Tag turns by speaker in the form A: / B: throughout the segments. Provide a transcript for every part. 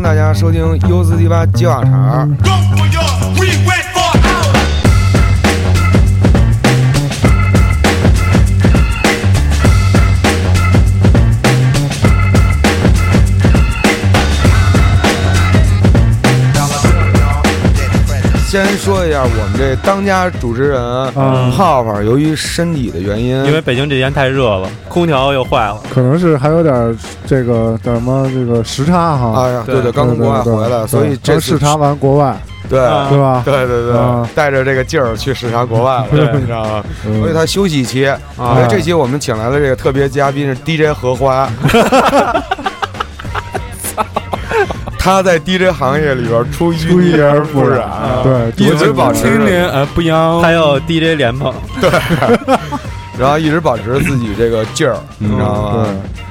A: 京 U 四 D 八鸡瓦肠。
B: Go for your we went for ours.
A: 先说一下我们这当家主持人
C: 嗯
A: 泡泡，由于身体的原因，
D: 因为北京这几天太热了，空调又坏了。
C: 可能是还有点这个叫什么这个时差哈，
A: 哎呀，
D: 对
A: 对对，刚从国外回来，
C: 对
A: 所以
C: 对
A: 这
C: 刚
A: 次
C: 视察完国外，
A: 对
D: 啊
C: 对吧？
A: 对对对
C: 啊，
A: 带着这个劲儿去视察国外了，
D: 对
A: 你知道吗？
C: 嗯
A: 所以他休息一期，所以这期我们请来的这个特别嘉宾是 DJ 荷花。他在 DJ 行业里边出
C: 出
A: 淤
C: 淤
A: 泥
C: 泥
A: 而
C: 而
A: 不
C: 不
A: 染
C: 染，对，
A: 啊一直保持
E: 青年呃不央，
D: 还有 DJ 莲蓬，
A: 然后一直保持自己这个劲儿，
D: 嗯
A: 你知道吗？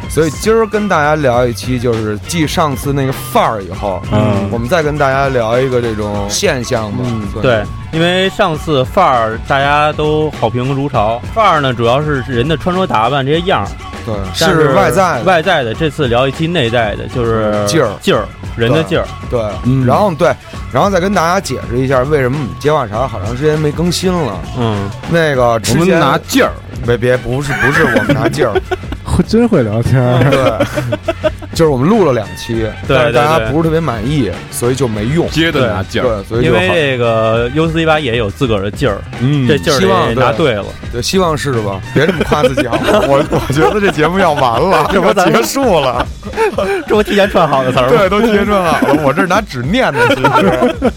A: 所以今儿跟大家聊一期，就是继上次那个范儿以后，
E: 嗯
A: 我们再跟大家聊一个这种现象吧。算是
D: 嗯对，因为上次范儿大家都好评如潮，范儿呢主要是人的穿着打扮这些样儿，
A: 对，
D: 但
A: 是外在的嗯
D: 外在的。这次聊一期内在的，就是
A: 劲儿
D: 劲儿，人的劲儿。
A: 对，
E: 嗯
A: 然后对，然后再跟大家解释一下为什么我们接话茬好长时间没更新了。
D: 嗯，
A: 那个
E: 我
A: 之
E: 们
A: 前
E: 拿劲儿，
A: 别别不是不是我们拿劲 儿，
C: 会 真会聊天
A: 哎
C: 儿，
A: 对，就是我们录了两期，
D: 对
A: 但是大家
D: 对对
A: 不是特别满意，所以就没用。
E: 接着拿劲儿，
A: 对，所以
D: 因
A: 就
D: 为
A: 好
D: 这个 U C 八也有自个儿的劲儿，
E: 嗯
D: 这劲儿
A: 希望
D: 得拿
A: 对
D: 对了。
A: 对，希望是吧？别这么夸自己好吗？ 我我觉得这节目要完 了，要结束了。
D: 这不提前串好的词儿吗？
A: 对，都贴上好了。我这是拿纸念的，其 实。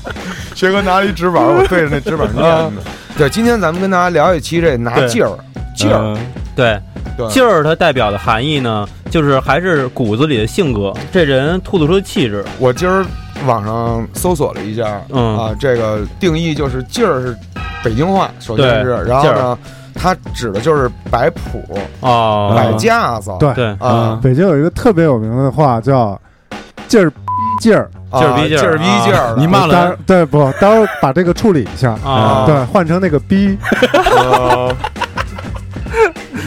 A: 学哥拿了一纸板，我对着那纸板念的。对，今天咱们跟大家聊一期这拿劲儿，劲儿，
D: 对，
A: 对
D: 嗯劲儿它代表的含义呢，就是还是骨子里的性格，这人吐露出的气质。
A: 我今儿网上搜索了一下，
D: 嗯
A: 啊，这个定义就是劲儿是北京话，首先是，
D: 对
A: 然后
D: 劲
A: 呢，它指的就是摆谱、
D: 哦，
A: 摆架子，
C: 对
D: 对，
A: 啊，
C: 北京有一个特别有名的话叫“劲儿逼劲儿
D: 劲
A: 啊
D: 儿逼啊
A: 劲
D: 劲儿
A: 儿逼劲儿，
E: 你”，骂
C: 当然
E: 了，
C: 对不？待会儿把这个处理一下，
D: 啊
C: 对，换成那个逼，
A: 呃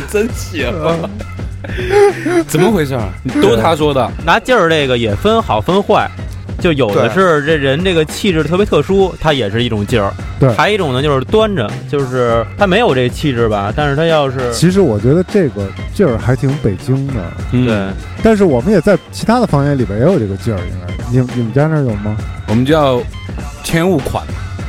E: 真气了，怎么回事儿？都他说的，
D: 拿劲儿这个也分好分坏，就有的
A: 对
D: 是这人这个气质特别特殊，它也是一种劲儿。
C: 对
D: 还有一种呢就是端着，就是他没有这气质吧，但是他要是
C: 其实我觉得这个劲儿还挺北京的，
D: 对，
C: 但是我们也在其他的方言里边也有这个劲儿，应该你们你们家那儿有吗？
E: 我们叫天物款，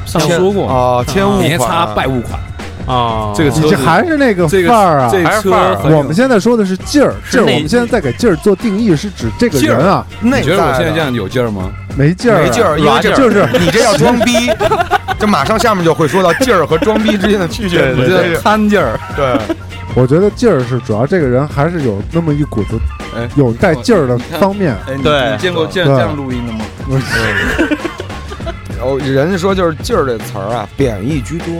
E: 上
A: 千
E: 说过，
A: 啊，千物
E: 别
A: 款
E: 插拜物款，
D: 啊，
E: 这个
C: 你
E: 车
C: 这
E: 子
C: 还是那个
E: 这个
C: 范儿啊？
E: 这
A: 还是范儿
E: 车很有
C: 我们现在说的是劲儿，
D: 是
C: 劲儿。我
D: 那
C: 们现在在给劲儿做定义，是指这个人啊
A: 内
E: 你觉得我
A: 在
E: 现在
A: 的
E: 这样有劲儿吗？
C: 没劲儿啊，
A: 没劲儿，因为
D: 拉
A: 这
D: 劲儿
C: 就 是
A: 你这要装逼，这马上下面就会说到劲儿和装逼之间的区别。
E: 我
A: 你
E: 觉
A: 这
E: 得贪劲儿，
A: 对
C: 我觉得劲儿是主要这个人还是有那么一股子
E: 哎
C: 有带劲儿的方面。
E: 哎，你
D: 对
E: 见过这
C: 对
E: 录音的吗？
A: 哦，人家说就是“劲儿”这词儿啊，贬义居多。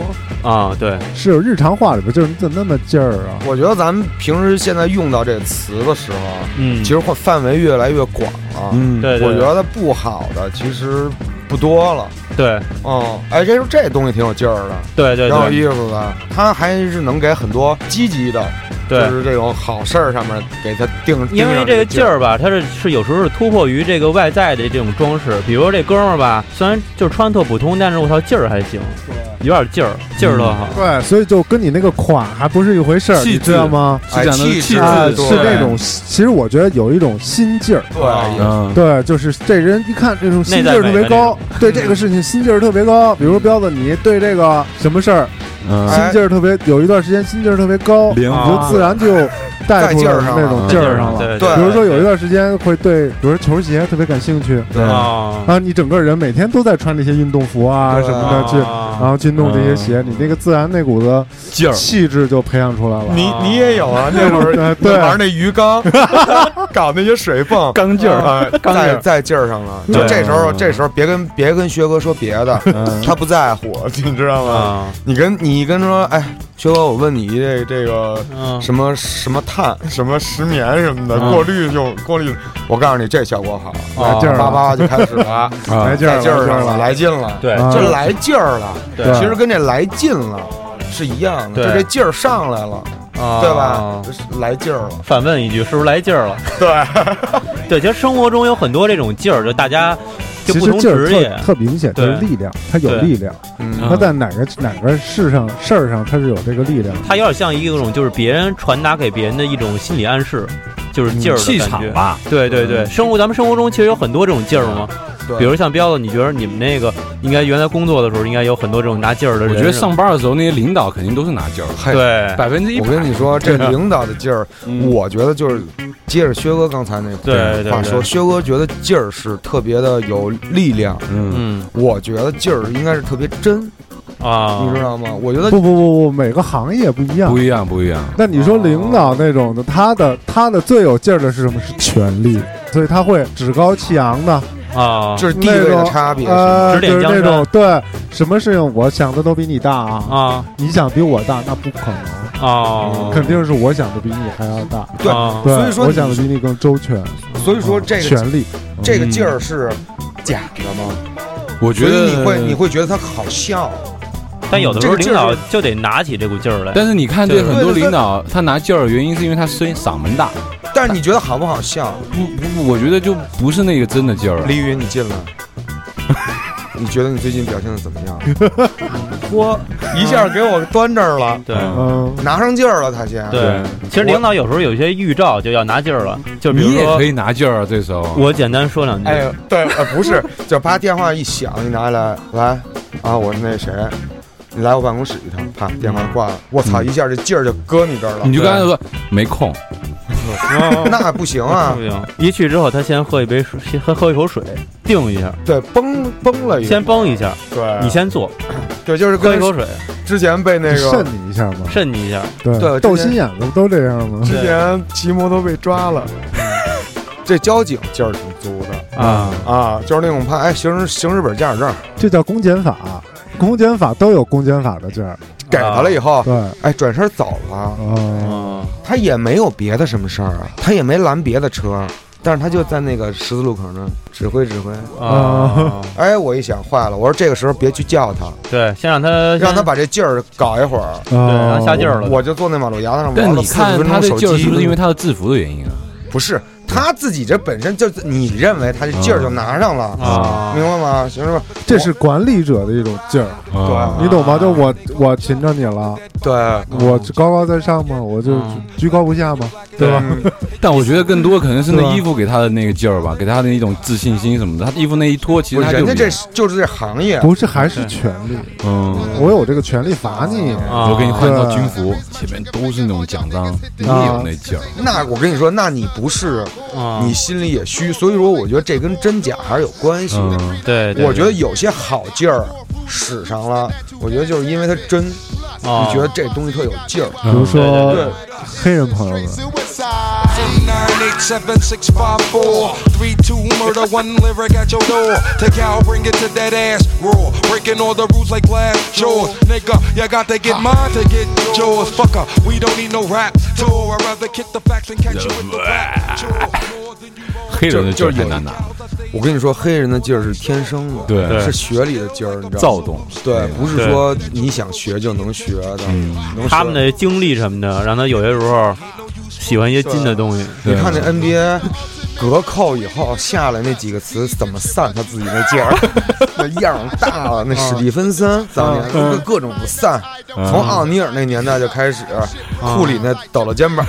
D: 啊，对，
C: 是有日常话里边就是你怎么那么劲儿啊？
A: 我觉得咱们平时现在用到这词的时候啊，
D: 嗯，
A: 其实或范围越来越广了。
E: 嗯，
D: 对
A: 我
D: 对
A: 觉
D: 对
A: 得不好的其实不多了。
D: 对
A: 哦，哎，这这东西挺有劲儿的，
D: 对对
A: 挺有
D: 对
A: 意思的。它还是能给很多积极的，就
D: 对。
A: 是这种好事儿上面给它定。
D: 因为这
A: 这
D: 个劲儿吧，它是是有时候是突破于这个外在的这种装饰，比如说这哥们儿吧，虽然就穿特普通，但是我操劲儿还行，有点劲儿，劲儿特好。
C: 对，所以就跟你那个款还不是一回事儿，
E: 气质
C: 你知道吗？
E: 是讲
A: 哎
E: 的
A: 气
E: 是气
A: 质
E: 质
C: 啊，
A: 对
C: 是那种，其实我觉得有一种心劲儿。
A: 对，
E: 嗯，
C: 对，就是这人一看这种心劲儿特别高，对这个事情心劲儿特别高。比如说彪子，你对这个什么事儿哎
E: 嗯，
C: 心劲儿特别，有一段时间心劲儿特别高，你
E: 灵活
C: 就自然就带出了那
A: 在
C: 种啊劲
D: 劲
C: 儿
D: 儿
C: 上了。
D: 对
A: 对
C: 比如说有一段时间会对，比如说球鞋特别感兴趣
A: 对
D: 啊
C: 啊，你整个人每天都在穿这些运动服啊
A: 对
C: 什么的去，然
D: 啊，
C: 后去弄这些鞋，你那个自然那股子
E: 劲儿，
C: 气质就培养出来了。
A: 你你也有啊？那会 儿
C: 对
A: 你玩那鱼 缸，搞那些水泵，
E: 刚劲儿，
A: 啊，
E: 刚劲
A: 在
E: 儿
A: 在劲儿上了。就
D: 对
A: 这时候，这时候别跟别跟薛哥说别的，他不在乎， 你知道吗？
D: 啊，
A: 你跟你跟他说，哎，薛哥，我问你这这个
D: 嗯，
A: 什么什么碳、什么石棉什么的，
D: 嗯
A: 过滤用过滤，我告诉你，这效果好，
D: 来
C: 劲儿了
A: 叭叭就开始了，
E: 啊
C: 来劲
A: 在
C: 儿了
A: 劲儿上了，
C: 了，
A: 来劲了，
D: 对
C: 啊
A: 这来劲儿了。
D: 对
A: 其实跟这来劲了是一样的，
D: 对
A: 就这劲儿上来了。
D: 啊
A: 对吧？？来劲儿了，
D: 反问一句，是不是来劲儿了？
A: 对，
D: 对，其实生活中有很多这种劲儿，就大家就
C: 其
D: 不
C: 实
D: 同
C: 劲儿
D: 职业
C: 特，特明显，就是
D: 对
C: 力量，它有
D: 对
C: 力量，
A: 嗯，
C: 它在哪个哪个事上事儿上，它是有这个力量的。
D: 它有点像一种就是别人传达给别人的一种心理暗示，就是劲儿的
E: 嗯气
D: 感
E: 场
D: 觉。
E: 吧，
D: 对对对，生活咱们生活中其实有很多这种劲儿嘛，
A: 对
D: 比如像彪子，你觉得你们那个应该原来工作的时候应该有很多这种拿劲儿的
E: 我
D: 人，
E: 觉得
D: 是吧
E: 上班的时候那些领导肯定都是拿劲儿的，
D: 对
E: 百分之一
A: 我
E: 百。
A: 跟你说，这领导的劲儿，
E: 嗯
A: 我觉得就是接着薛哥刚才那
D: 对对
A: 话
D: 对
A: 说，薛哥觉得劲儿是特别的有力量，
E: 嗯，
D: 嗯
A: 我觉得劲儿应该是特别真，
D: 啊，
A: 你知道吗？我觉得
C: 不不不不，每个行业不一样
E: 不。一样，不一样。
C: 那你说领导那种的，他的他的最有劲儿的是什么？是权力，所以他会趾高气扬的，
D: 啊
A: 这是地位的差别。
C: 呃，
D: 指
C: 就
D: 点
C: 是
D: 江
C: 那
D: 山
C: 种对什么事情我想的都比你大啊，
D: 啊
C: 你想比我大那不可能，
D: 啊，
C: 肯定是我想的比你还要大。
A: 对
D: 啊
C: 嗯对，
A: 所以说
C: 我
A: 你
C: 想的比你更周全。
A: 所以说
C: 嗯
A: 这个
C: 权力，
A: 这个劲儿是假的吗？所
E: 我觉
A: 以
E: 得
A: 你会你会觉得他好笑，
D: 但有的时
A: 这
D: 候
A: 个劲
D: 领
A: 儿
D: 导就得拿起这股劲儿来。
E: 但是你看，
D: 对
E: 这很多领导他拿劲儿的原因是因为他声嗓门大，
A: 但是你觉得好不好笑？
E: 不不，我觉得就不是那个真的劲儿了。
A: 李宇，你进 来。你觉得你最近表现的怎么样？嚯，一下给我端这儿了，
D: 对
E: 嗯
C: 嗯，
A: 拿上劲儿了，他先。
D: 对，其实领导有时候有一些预兆就要拿劲儿了，就比
E: 你
D: 如
E: 也
D: 说
E: 可以拿劲儿啊，这时候。
D: 我简单说两句，
A: 哎，对，呃，不是， 就啪电话一响，你拿来来啊，我是那谁，你来我办公室一趟，啪电话挂了，我操，一下这劲儿就搁你这儿了
E: 你，就跟他说没空，
A: 那不行啊
D: 不，行，一去之后他先喝一杯水，先喝喝一口水，
A: 哎
D: 定一下，
A: 对，崩崩了一下
D: 先，崩一下，
A: 对，
D: 你先做，
A: 对，就是
D: 喝
A: 跟
D: 一口水，
A: 之前被那
C: 就
A: 个
C: 慎你一下嘛。
D: 渗你一下，
A: 对
C: 对，斗心眼子不都这样吗？
A: 之前骑摩托被抓了，
D: 嗯
A: 这交警劲儿挺足的
D: 啊
A: 啊，就是那种怕哎行驶行驶本驾驶证
C: 这叫公检法，公检法都有公检法的劲儿。
A: 给他了以后，
C: 啊对，
A: 哎转身走了，
C: 哦，
D: 嗯，
A: 他也没有别的什么事儿啊，他也没拦别的车，但是他就在那个十字路口那儿指挥指挥。
D: 啊，
A: 哎，我一想坏了，我说这个时候别去叫他，
D: 对，先让
E: 嗯
D: 他
A: 让他
D: 先
A: 把这劲儿搞一会儿，
C: 哦
D: 然后下劲儿了
A: 我就坐那马路牙子上
E: 但
A: 玩了
E: 你
A: 四十
E: 看
A: 分
E: 他
A: 钟
E: 的
A: 手
E: 劲儿
A: 机，
E: 是不是因为他的制服的原因啊？
A: 不是他自己这本身就是你认为他这劲儿就拿上了，
D: 啊
A: 明白吗？行是吧？
C: 这是管理者的一种劲儿，
A: 啊
C: 你懂吗？就我我擒着你了，
A: 对，
C: 我高高在上吗？我就
D: 嗯
C: 居高不下吗？对吧？
A: 嗯
E: 但我觉得更多可能是
C: 对吧
E: 那
A: 啊
E: 衣服给他的那个劲儿吧，给他的一种自信心什么的。他衣服那一脱，其
A: 不
E: 实
A: 是
E: 他就
A: 人家这是就是这行业，啊
C: 不是，还是权利，
E: 嗯，
C: 我有这个权利罚你。
D: 啊
E: 我给你换套军服，前面都是那种奖章，你也
A: 啊
E: 有那劲儿。
A: 那我跟你说，那你不是
D: 啊
A: 你心里也虚，所以说我觉得这跟真假还是有关系的。
E: 嗯，
D: 对，对
A: 我觉得有些好劲儿使上了，我觉得就是因为它真，你
D: 啊嗯
A: 觉得这东西特有劲儿。
C: 比
D: 对
C: 如说
D: 对
C: 黑人朋友们，
B: murder, one lyric at your door. Take out, bring it to that ass roar. Breaking all the rules like glass jaws. Nigga, you got to get mine to get yours. Fucker, we don't need no rap tour. I'd rather kick the facts and catch you with the rap jaw.
E: 黑人的劲
A: 就
E: 儿
A: 是有
E: 太难拿了，
A: 我跟你说，黑人的劲儿是天生的，
E: 对对
A: 是学里的劲儿，你知道
E: 躁
A: 吗？
E: 动。
A: 对，
D: 嗯
A: 不是说你想学就能学的，
E: 嗯
A: 能学
D: 他们的经历什么的，让他有些时候喜欢一些新的东西。
A: 你看那 NBA 隔扣以后下来那几个词怎么散他自己那 劲儿，那样儿大了。那
D: 啊
A: 史蒂芬森当年各各种不散，从奥尼尔那年代就开始，
D: 啊
A: 库里那抖了肩 膀，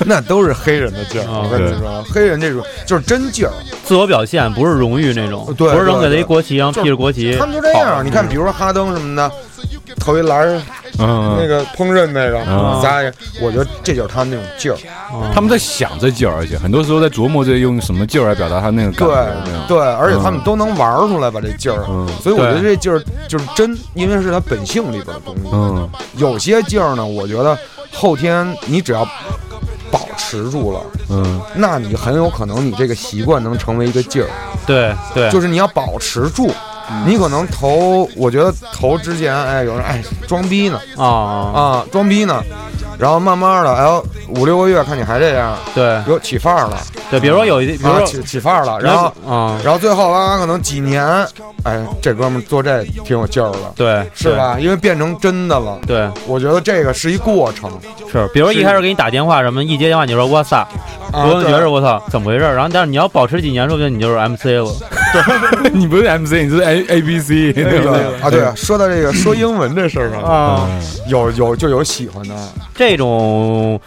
A: 那都是黑人的劲儿。
D: 啊
A: 我跟你说，黑人这种就是真劲儿，
D: 自我表现不是荣誉那种，
A: 对
D: 不是扔给他
A: 对
D: 一国旗，然后
A: 就
D: 披着国旗
A: 他
D: 跑。啊
A: 们就这样。你看，比如说哈登什么的，投一篮儿那
E: 嗯，
A: 个烹饪那个
E: 啊
A: 仨人，我觉得这就是他们那种劲儿。
D: 嗯
E: 他们在想这劲儿，而且很多时候在琢磨着用什么劲儿来表达他那个感觉。那
A: 对
E: 种
A: 对，而且他们都能玩儿出来吧，这劲儿。
E: 嗯
A: 所以我觉得
D: 嗯对
A: 这劲儿就是真，因为是他本性里边的东西。
E: 嗯，
A: 有些劲儿呢，我觉得后天你只要保持住了，
E: 嗯，
A: 那你很有可能你这个习惯能成为一个劲儿，
D: 对对，嗯
A: 就是你要保持住。你可能投，我觉得投之前，哎，有人哎装逼呢
D: 啊啊
A: 啊，装逼呢，然后慢慢的，哎呦，五六个月看你还这样，
D: 对
A: 有起范儿了，
D: 对，比如说有一，比如
A: 啊，
D: 说
A: 起起范儿了，然后。
D: 啊，
A: 然后最后啊，可能几年，哎，这哥们儿做这挺有劲儿了，
D: 对，
A: 是吧？因为变成真的了。
D: 对？
A: 我觉得这个是一过程，
D: 对，是，比如说一开始给你打电话什么，一接电话你说我操，
A: 啊
D: 我就觉
A: 对
D: 得我操怎么回事儿，然后但是你要保持几年，说不定你就是 MC 了，
E: 你不是 MC，你是 A A B C
A: 这
E: 那
A: 个啊，对，说到这个说英文这事儿啊，
C: 啊，
A: 有有就有喜欢的，
D: 这种。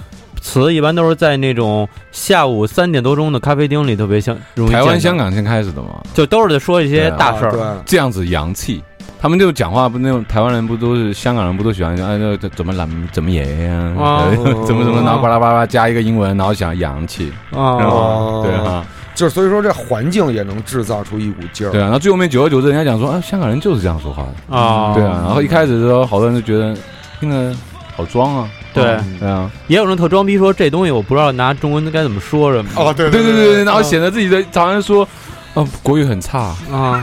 D: 词一般都是在那种下午三点多钟的咖啡厅里特别像，容易
E: 台
D: 见
E: 湾、
D: 到
E: 香港先开始的嘛，
D: 就都是说一些大事
A: 啊对
D: 儿，
E: 这样子洋气。他们就讲话不那种，台湾人不都是香港人不都喜欢讲哎那怎么懒怎么爷呀、
D: 啊
E: 怎么怎么，然后巴拉巴拉加一个英文，然后想洋气， 然
D: 啊，
E: 后对啊
A: 就是所以说这环境也能制造出一股劲儿。
E: 对啊，然后最后面久而久之，人家讲说啊香港人就是这样说话的，
D: 啊，
E: 对啊，然后一开始的时候好多人就觉得听着好装啊，
D: 对，
E: 对啊，
D: 也有人特装逼说这东西我不知道拿中文该怎么说什么
A: 哦，对
E: 对对
A: 对
E: 对，然后显得自己的常常说啊国语很差
D: 啊，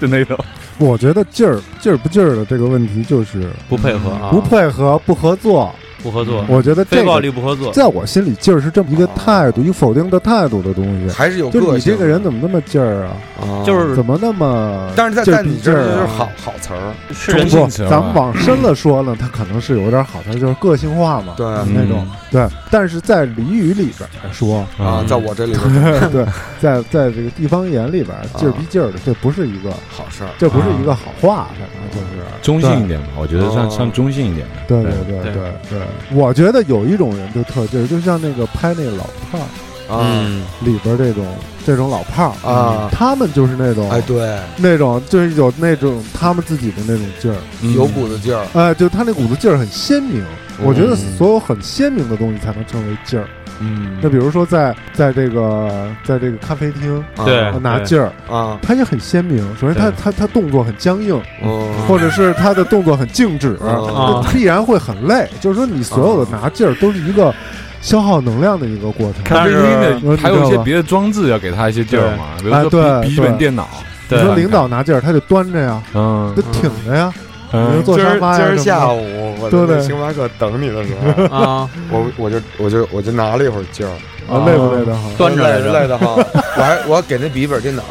E: 的那种，
C: 我觉得劲儿劲儿不劲儿的这个问题就是
D: 不配合啊，
C: 不配合不合作，
D: 不合作，
C: 我觉得
D: 非
C: 这
D: 暴
C: 个
D: 力不合作，
C: 在我心里劲儿是这么一个态度，一个否定的态度的东西。
A: 还是有
C: 就是
A: 个
C: 你
A: 性。
C: 这个人怎么那么劲儿啊？
A: 啊
D: 就是
C: 怎么那么？
A: 但是在
C: 劲
A: 在
C: 儿逼
A: 你
C: 劲
A: 这
C: 儿
A: 就
C: 啊
A: 是好好词儿，
D: 是
E: 中
D: 人性
E: 国性
C: 不，
E: 情
C: 咱
E: 啊
C: 们往深了说呢，他可能是有点好，他就是个性化嘛，
A: 对
C: 那种对。但是在俚语里边来 说，
A: 啊，在我这里边
C: 对，在在这个地方言里
A: 啊
C: 边，劲儿逼劲儿的，这不是一个，
A: 好事儿。
C: 这不是一个好话，反正就是。
E: 中性一点吧，我觉得算
A: 哦
E: 算中性一点的，
C: 对对对
D: 对
C: 对对，我觉得有一种人就特劲儿，就像那个拍那老炮儿
A: 啊
D: 嗯，
C: 里边这种这种老炮儿嗯
A: 啊
C: 他们就是那种
A: 哎，对，
C: 那种就是有那种他们自己的那种劲儿，
E: 嗯
A: 有股子劲儿，
C: 哎，就他那股子劲儿很鲜明。我觉得所有很鲜明的东西才能称为劲儿。
E: 嗯
C: 那比如说在在这个在这个咖啡厅呃
A: 啊
D: 对
C: 拿劲儿，
A: 啊，
C: 他也很鲜明。首先他
D: 对
C: 他他动作很僵硬，
A: 嗯
C: 或者是他的动作很静止，
A: 啊
C: 这必然会很累。就是说，你所有的拿劲儿都是一个消耗能量的一个过程。
E: 咖啡
D: 但
E: 厅
C: 是
E: 的还有一些别的装置要给他一些劲儿嘛，比如
C: 哎对
E: 说笔笔记本
C: 对
E: 电脑，
C: 你
D: 对
C: 说领导拿劲儿，他就端着呀，
E: 嗯
C: 他挺着呀，你就
E: 嗯
C: 坐
A: 今
C: 沙
A: 儿
C: 发呀。
A: 今儿
C: 什么的
A: 下午我
C: 对
A: 在
C: 对
A: 那星巴克等你的时 候，
D: 啊，
A: 我我就我就我就拿了一会儿劲儿，
C: 啊，累不累的哈？
D: 端着来
A: 累
D: 着，
A: 累的 慌，我还我还给那笔记本电脑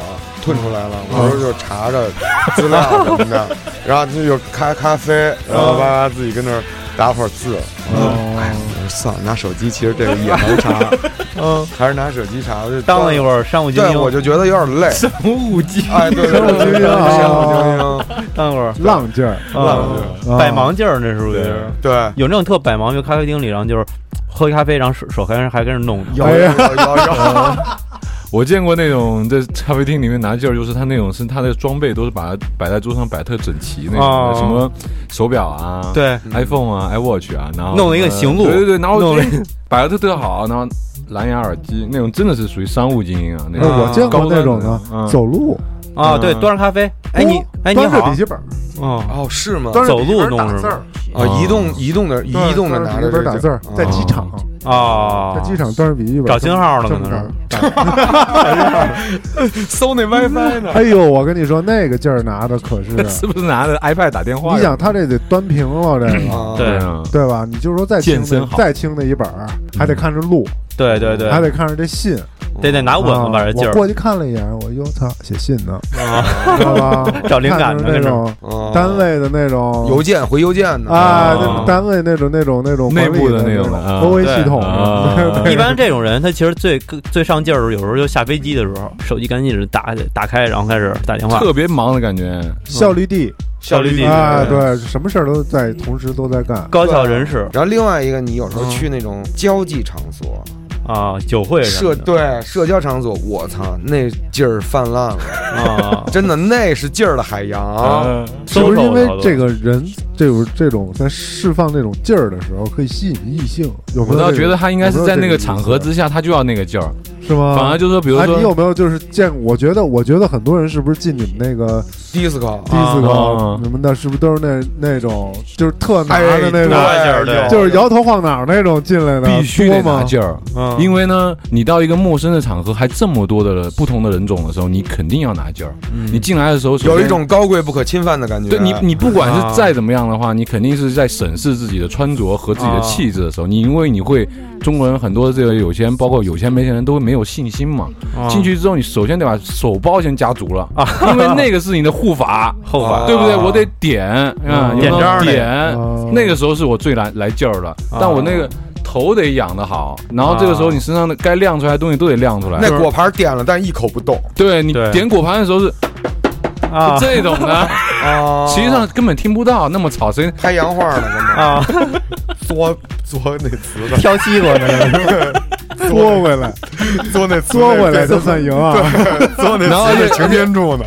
A: 吞出来了，
C: 嗯
A: 我说就查查资料什么的，然后就有咖咖啡，然
C: 嗯
A: 后叭叭自己跟那儿打会儿字，
C: 哦
A: 哎，我说算了，拿手机其实这个也能 查，
D: 嗯，
A: 还是拿手机查，就
D: 当了一会儿商务精
A: 对，
D: 英，
A: 我就觉得有点累，
E: 五 G，
A: 哎，对，对对对对
C: 啊
A: 商务精英，
D: 当了会
A: 嗯
D: 儿
C: 浪劲儿，
D: 啊，
C: 啊
D: 百忙劲儿那属于
E: 对
D: 是
A: 对。
D: 有那种特百忙，就咖啡厅里，然后就是喝一咖啡，然后手手还还跟着弄呢，
A: 有
C: 哎
A: 有
C: 呀
A: 有有，
E: 我见过那种在咖啡厅里面拿劲儿，就是他那种是他的装备都是把它摆在桌上摆特整齐那种
D: 哦
E: 的，什么手表啊，
D: 对
E: ，iPhone 啊，iWatch 啊，然后
D: 弄了一个
E: 什么
D: 行路
E: 对对对，然后
D: 弄了
E: 摆的特特好，然后蓝牙耳机那种真的是属于商务精英啊，那
C: 那
E: 种
D: 嗯
C: 我见过那
E: 高端
C: 种的
E: 的嗯
C: 走路，
D: 啊，对，
E: 嗯
D: 端着咖啡，啊哎你哎你
C: 端着
D: 好
C: 笔，记本，
D: 嗯，
A: 哦是吗？
C: 端着
D: 走
C: 笔记
D: 路
C: 本
D: 弄
C: 打
D: 是
C: 字儿
A: 啊，
D: 吗，
A: 移动移动的移
C: 哦对
A: 动的啊
C: 端
A: 拿着
C: 笔记本打字儿，在机场，
D: 啊，
C: 在机场端着笔记本
D: 找星号呢
C: 这
D: 可
C: 么
D: 能是
C: 着打
A: 搜那 WiFi 呢，
C: 哎呦，我跟你说，那个劲儿拿的可是，
E: 是不是拿着 iPad 打电话？
C: 啊你想他这得端平了这个，
A: 啊
D: 对
E: 啊，
C: 对吧？你就说再轻
E: 健身
C: 的
E: 好
C: 再轻的一本儿，还得看着路，
D: 对对嗯对，
C: 还得看着这信，
D: 得得拿稳了把
C: 啊
D: 这劲
C: 我
D: 儿
C: 过去看了一眼，我哟操，写信呢，
D: 啊，
C: 知道吧？
D: 找灵感呢啊
C: 看着那种
A: 哦
C: 单位的那种
A: 邮件回邮件呢
C: 啊，那
D: 啊
C: 种单位那种那种那种
E: 哦内部
C: 的
E: 的那
C: 种
E: 种的啊
C: OA
D: 对
C: 系统
E: 啊
C: 的，
D: 一般这种人，他其实最最上劲儿的时候，有时候就下飞机的时候，手机赶紧是打打开，然后开始打电话，
E: 特别忙的感觉，
C: 效率低
D: 效率低。
C: 啊，对，什么事儿都在同时都在干。
D: 高效人士
A: 然后另外一个，你有时候
C: 嗯
A: 去那种交际场所，
D: 啊，酒会什么
A: 社
D: 的
A: 对社交场所，我操，那劲儿泛滥了，
D: 啊，
A: 真的，那是劲儿的海
C: 哦
A: 洋。
E: 嗯
C: 是不是因
D: social
C: 为
D: 好多
C: 这个人这种这种在释放这种劲儿的时候，可以吸引异性？有没
E: 我
C: 有这
E: 倒
C: 个？
E: 觉得他应该是在那
C: 有没有这
E: 个
C: 个
E: 场合之下，他就要那个劲儿，
C: 是吗？
E: 反而就是说，比如
C: 哎，啊你有
E: 说，
C: 没有就是见？我觉得，我觉得很多人是不是进你们那个
A: disco，
E: 啊
C: disco 什么的，是不是都是那那种就是特拿的那种，
A: 哎
D: 对
A: 有
C: 就是摇头晃脑那种进来的，
E: 必须得
C: 啊多吗啊
E: 拿？劲儿，
A: 嗯
E: 因为呢，你到一个陌生的场合，还这么多的不同的人种的时候，你肯定要拿劲儿。
C: 嗯
E: 你进来的时候，首先
A: 有一种高贵不可侵犯的感觉。
E: 对
C: 啊
E: 你，你不管是再怎么样的话，你肯定是在审视自己的穿着和自己的
C: 啊
E: 气质的时候，你因为你会中国人很多这个有钱，包括有钱没钱人都没有信心嘛。
C: 啊
E: 进去之后，你首先得把手包先夹足了，因为那个是你的护法，
D: 后
A: 啊
D: 法
E: 对不对？我得点啊，
D: 点
E: 招
D: 招儿那个啊
E: 点
C: 哦，
E: 那个时候是我最来来劲儿了，但我那个头得养得好，然后这个时
D: 啊
E: 候你身上的该亮出来的东西都得亮出来。
A: 那果盘点了，但一口不动
E: 对你
D: 对
E: 点果盘的时候是
D: 啊
E: 这种的，
A: 啊
E: 实际上根本听不到那么吵声音。
A: 拍洋画呢，根本
D: 啊，
A: 嘬嘬那词的，
D: 挑西瓜呢，
C: 缩回 来，
A: 嘬那词
C: 缩回来就算赢啊！
A: 嘬
E: 然后
A: 那词是擎天柱呢。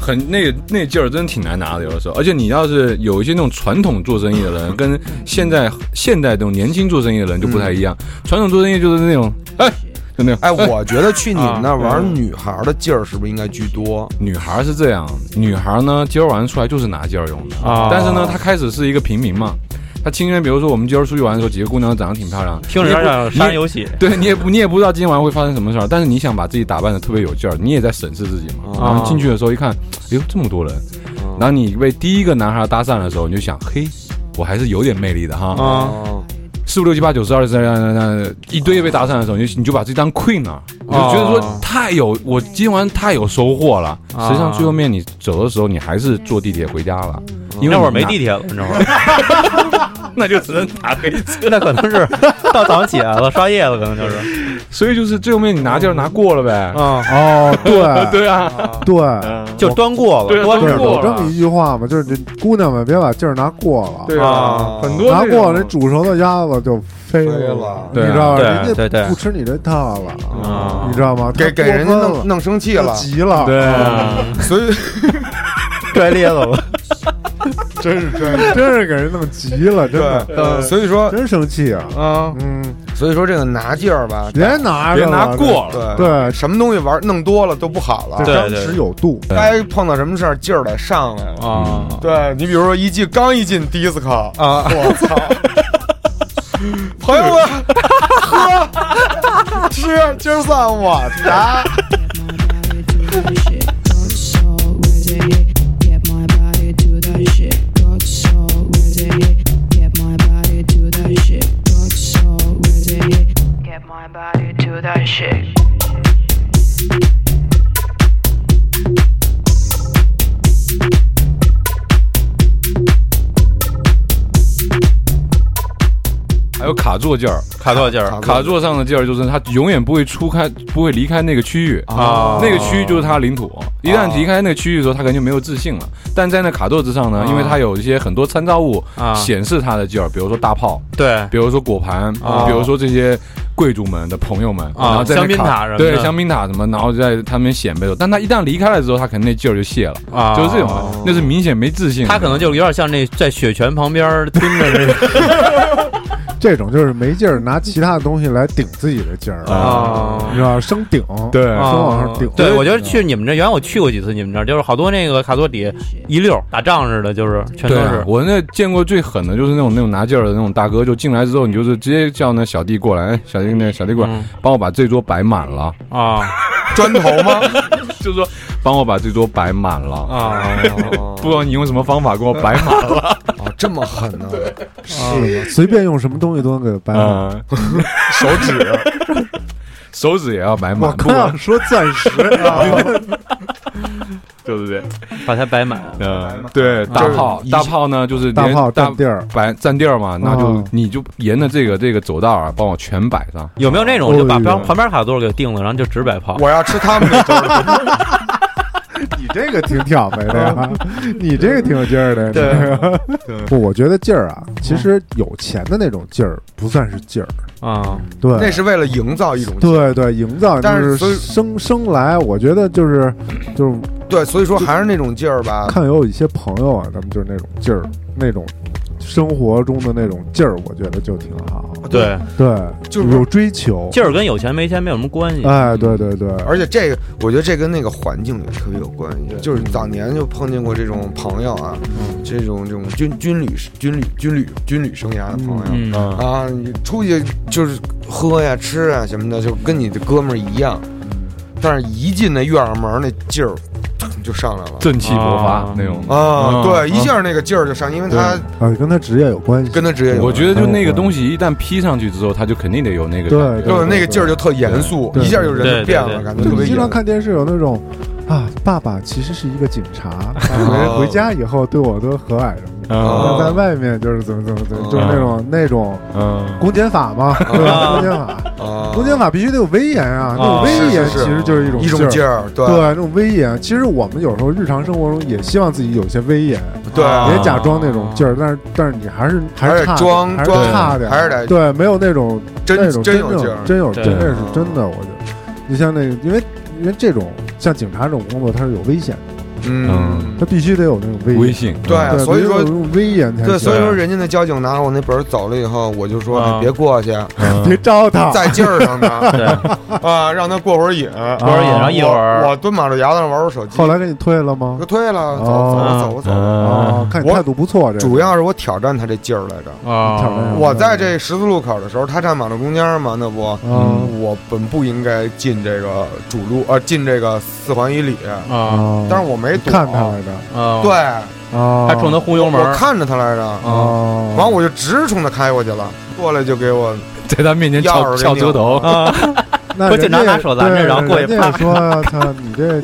E: 很那个那劲儿真挺难拿的，有的时候。而且你要是有一些那种传统做生意的人，跟现在现代这种年轻做生意的人就不
D: 嗯
E: 太一样。传统做生意就是那种，哎，就那种。
A: 哎，我觉得去你们那玩女孩的劲儿是不是应该居多？
E: 女孩是这样，女孩呢，今儿晚上出来就是拿劲儿用的。
D: 啊
E: 但是呢，她开始是一个平民嘛，她今天比如说我们今儿出去玩的时候，几个姑娘长得挺漂亮，
D: 听
E: 你
D: 着
E: 也
D: 有
E: 不
D: 点
E: 你
D: 杀人游戏
E: 对你也不你也不知道今天晚上会发生什么事儿，但是你想把自己打扮的特别有劲儿，你也在审视自己嘛。
A: 啊
E: 然后进去的时候一看，哎呦这么多人，
D: 啊
E: 然后你被第一个男孩搭讪的时候，你就想，嘿，我还是有点魅力的哈。
D: 啊，
A: 啊，
E: 四五六七八九十二十三一堆被搭讪的时候，你就你就把自己当 queen 了，我
C: 哦
E: 就觉得说太有我今晚太有收获了。
D: 啊
E: 实际上最后面你走的时候，你还是坐地铁回家了，
C: 嗯
E: 因为
D: 那会儿没
E: 你拿
D: 地铁 了，那会儿。
E: 那就只能打黑车。
D: 那可能是到早上起来了，刷夜了，可能就是
E: 所以就是最后面你拿劲儿拿过了呗。
D: 啊，
C: 哦，对
E: 对啊，
C: 对。
D: 就端过
E: 对
D: 了，
E: 啊
D: 端
C: 哦对，
E: 端过
C: 有
E: 了
C: 这么一句话嘛，就是这姑娘们别把劲儿拿过了，
E: 对啊
A: 啊，
E: 很多
C: 拿
E: 这种
C: 过了，那煮熟的鸭子就
A: 飞
C: 飞了
A: 了，
E: 对啊
C: 你知道吧？
D: 对
C: 人
D: 对
C: 家
D: 对
C: 不吃你这套了，
D: 啊
C: 你知道吗？
A: 给给人家
C: 他过分了
A: 弄弄生气
C: 他
A: 了，
C: 急了，
E: 对啊，
A: 所以
D: 拽裂了吧？
A: 真是真
C: 真是给人弄急了，真的，
A: 对，嗯所以说
C: 真生气啊！
A: 啊，
C: 嗯，
A: 所以说这个拿劲儿吧，
C: 别拿着
E: 别
C: 了
E: 拿过了。
A: 对
C: 对
A: 什么东西玩弄多了都不好
C: 这
A: 了，
D: 对
C: 张弛有度，
A: 该碰到什么事儿劲儿得上来了。
D: 啊，
A: 对你比如说一进刚一进 disco 啊，我操！朋友们，喝吃，今儿算我的。
F: Shit.
E: 还有卡座劲儿，
D: 卡多少劲儿？
E: 卡座上的劲儿就是他永远不会出开，不会离开那个区域
D: 啊
E: 那个区域就是他的领
D: 哦
E: 土。一旦离开那个区域的时候，他可能就没有自信了。但在那卡座之上呢，
D: 啊
E: 因为他有一些很多参照物
D: 啊
E: 显示他的劲儿，比如说大炮，
D: 对
E: 比如说果盘，
D: 啊
E: 比如说这些贵族们的朋友们，
D: 啊
E: 然后在那
D: 香槟
E: 卡
D: 塔什么的
E: 对香槟塔什么，然后在他们显摆的时候。但他一旦离开了之后，他肯定那劲儿就泄了，
D: 啊，
E: 就是这种的，那是明显没自信的。
D: 他可能就有点像那在雪泉旁边蹲着那个
C: 这种就是没劲儿，拿其他的东西来顶自己的劲儿，
D: 啊
C: 你知道吧生顶，
E: 对
C: 生往上顶。
D: 对，我觉得去你们这，原来我去过几次你们这儿，就是好多那个卡座底一溜儿打仗似的，就是全都
E: 对啊
D: 是
E: 我那见过最狠的就是那种那种拿劲儿的那种大哥，就进来之后，你就是直接叫那小弟过来，哎小弟那小弟过来，
D: 嗯
E: 帮我把这桌摆满了，
D: 啊
A: 砖头吗？
E: 就是说帮我把这桌摆满了。
D: 啊，
E: 不知道你用什么方法给我摆满了，
A: 哦，这么狠呢？
C: 是啊的随便用什么东西都能给它掰
A: 啊
C: 满。
E: 嗯， 手指，啊手指也要摆满
C: 我，刚想说钻 石，啊
E: 对不对？
D: 把它摆满。
E: 嗯，对，大炮，大炮呢就是
C: 大
E: 连
C: 炮占地儿
E: 摆占地儿嘛，那就
C: 嗯
E: 你就沿着这个这个走道啊，帮我全摆上。
D: 有没有那种就把
C: 哦
D: 旁旁边卡座给定了，然后就只摆炮？
A: 我要吃他们那桌。
C: 你这个挺挑眉的
A: 啊
C: 呀，你这个挺有劲儿的。对，不，我觉得劲儿啊，
A: 嗯
C: 其实有钱的那种劲儿不算是劲儿，
D: 啊
C: 对，
A: 那是为了营造一种
C: 对对，营造就
A: 但是
C: 是
A: 所以
C: 生生来，我觉得就是就是
A: 对，所以说还是那种劲儿吧。
C: 看有一些朋友啊，他们就是那种劲儿，那种生活中的那种劲儿，我觉得就挺好。
D: 对，
C: 对，
A: 就是
C: 有追求。
D: 劲儿跟有钱没钱没有什么关系。
C: 哎，对对对，
A: 而且这个，我觉得这跟那个环境也特别有关系。就是早年就碰见过这种朋友啊，这种这种军军旅军旅军旅军旅生涯的朋友、
D: 嗯，
A: 啊，你出去就是喝呀、吃啊什么的，就跟你的哥们儿一样。但是，一进那院门儿，那劲儿就上来了。
E: 正气勃发
D: 啊
E: 那种。
A: 啊，
E: 嗯
A: 对，一
E: 嗯
A: 下那个劲儿就上，因为他
C: 啊，跟他职业有关系。
A: 跟他职业有关，
E: 我觉得就那个东西一旦披上去之后，它就肯定得有那个感
C: 对
E: 觉。
A: 就是那个劲儿就特严肃，
C: 对
A: 一下就人
D: 对
A: 就变了，
D: 对
A: 感觉特
C: 就
A: 别
C: 你经常
A: 严。
C: 看电视有那种啊，爸爸其实是一个警察， 哎
A: 哦
C: 回回家以后对我都和蔼什么的，
E: 嗯
A: 哦
C: 但在外面就是怎么怎么怎么，就是那种那种
E: 嗯，
C: 公检法嘛，对吧？公检法，
A: 啊，
C: 公检法必须得有威严啊，那种
D: 啊
C: 威严
A: 是是
C: 其
A: 是
C: 实就是一种
A: 一种劲
C: 儿。
A: 儿，对
C: 对，那种威严，其实我们有时候日常生活中也希望自己有些威严，
A: 对，
D: 啊
C: 别假装那种劲儿，但是但是你还是还
A: 还
C: 是
A: 是
C: 差点
A: 装
C: 还是
A: 装
C: 差点，
A: 还是得
C: 对，没有那种那
A: 真
C: 种
A: 真
C: 有
A: 有劲儿，
C: 真有
D: 对
C: 劲儿，那是
A: 嗯
C: 真的。我觉得，你像那个，因为因为这种像警察这种工作，它是有危险的，
A: 嗯
C: 他，必须得有那种威
E: 微
C: 严，
E: 信。
A: 对啊
E: 嗯
A: 所以
C: 得
A: 说
C: 有那种威严才
A: 对，
C: 行
A: 所以说人家那交警拿我那本儿走了以后，我就说
D: 啊
A: 哎别过 去，
C: 别招他，
A: 在劲儿上呢，
D: 对，
A: 啊，让他过会儿瘾，
D: 多少瘾，然后一会
A: 我
D: 儿
A: 我蹲马路牙子上玩会儿手机，
C: 后来给你退了吗
A: 我？退了，走
C: 哦
A: 走走走。
E: 嗯
C: 哦，看你态度不错，这个
A: 主要是我挑战他这劲儿来着。
C: 挑
D: 啊
C: 战上
A: 我在这十字路口的时候，他站马路中间嘛，那不，
C: 嗯
A: 我本不应该进这个主路，呃，进这个四环以里，
D: 啊
A: 但是我哦没躲
C: 嗯哦看他来着，
D: 啊！
A: 对，，
C: 啊，
D: 还冲他轰油门
A: 我
D: 儿，
A: 看着他来着，
C: 哦，
A: 完我就直冲他开过去了，过来就给我
E: 在他面前
A: 钥匙给
E: 翘翘
A: 你
E: 车头，
D: 啊，
C: 那
D: 我
C: 人
D: 警察
C: 家
D: 拿手拦着
C: 对
D: 然后过去
C: 人家也 说啊，操你这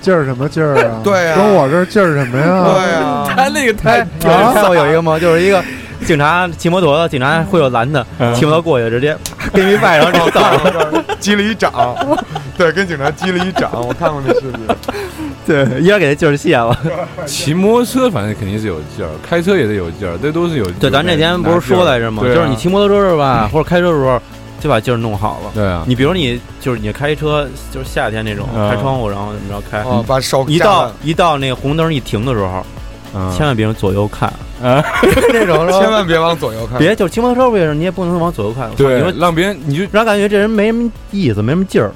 C: 劲儿什么劲儿啊？
A: 对啊
C: 跟我这儿劲儿什么呀？
A: 对啊呀，
E: 他那个太
D: 哎，有一个有一个吗？就是一个警察骑摩托的，警察会有拦他，骑摩托过去直接给你一拜，然后就走了。
A: 击哦了一掌，对，跟警察击了一掌，我看过那视频。
D: 对，一下给他劲儿泄了。
E: 骑摩托车，反正肯定是有劲儿，开车也得有劲儿，这都是有劲儿。
D: 对，咱这天不是说来着吗？
E: 对啊
D: 就是你骑摩托车的时候吧，或者开车的时候，就把劲儿弄好了。
E: 对啊，
D: 你比如你就是你开车，就是夏天那种
E: 啊
D: 开窗户，然后怎么着开，
A: 哦，把手
D: 一
A: 架
D: 到
A: 在
D: 一到那个红灯一停的时候，
E: 嗯
D: 千万别左右看，
E: 啊，
D: 那种时候
A: 千万别往左右看，
D: 别就是骑摩托车不也是，你也不能往左右看，
E: 对
D: 因为，
E: 让别人你就
D: 让感觉这人没什么意思，没什么劲儿，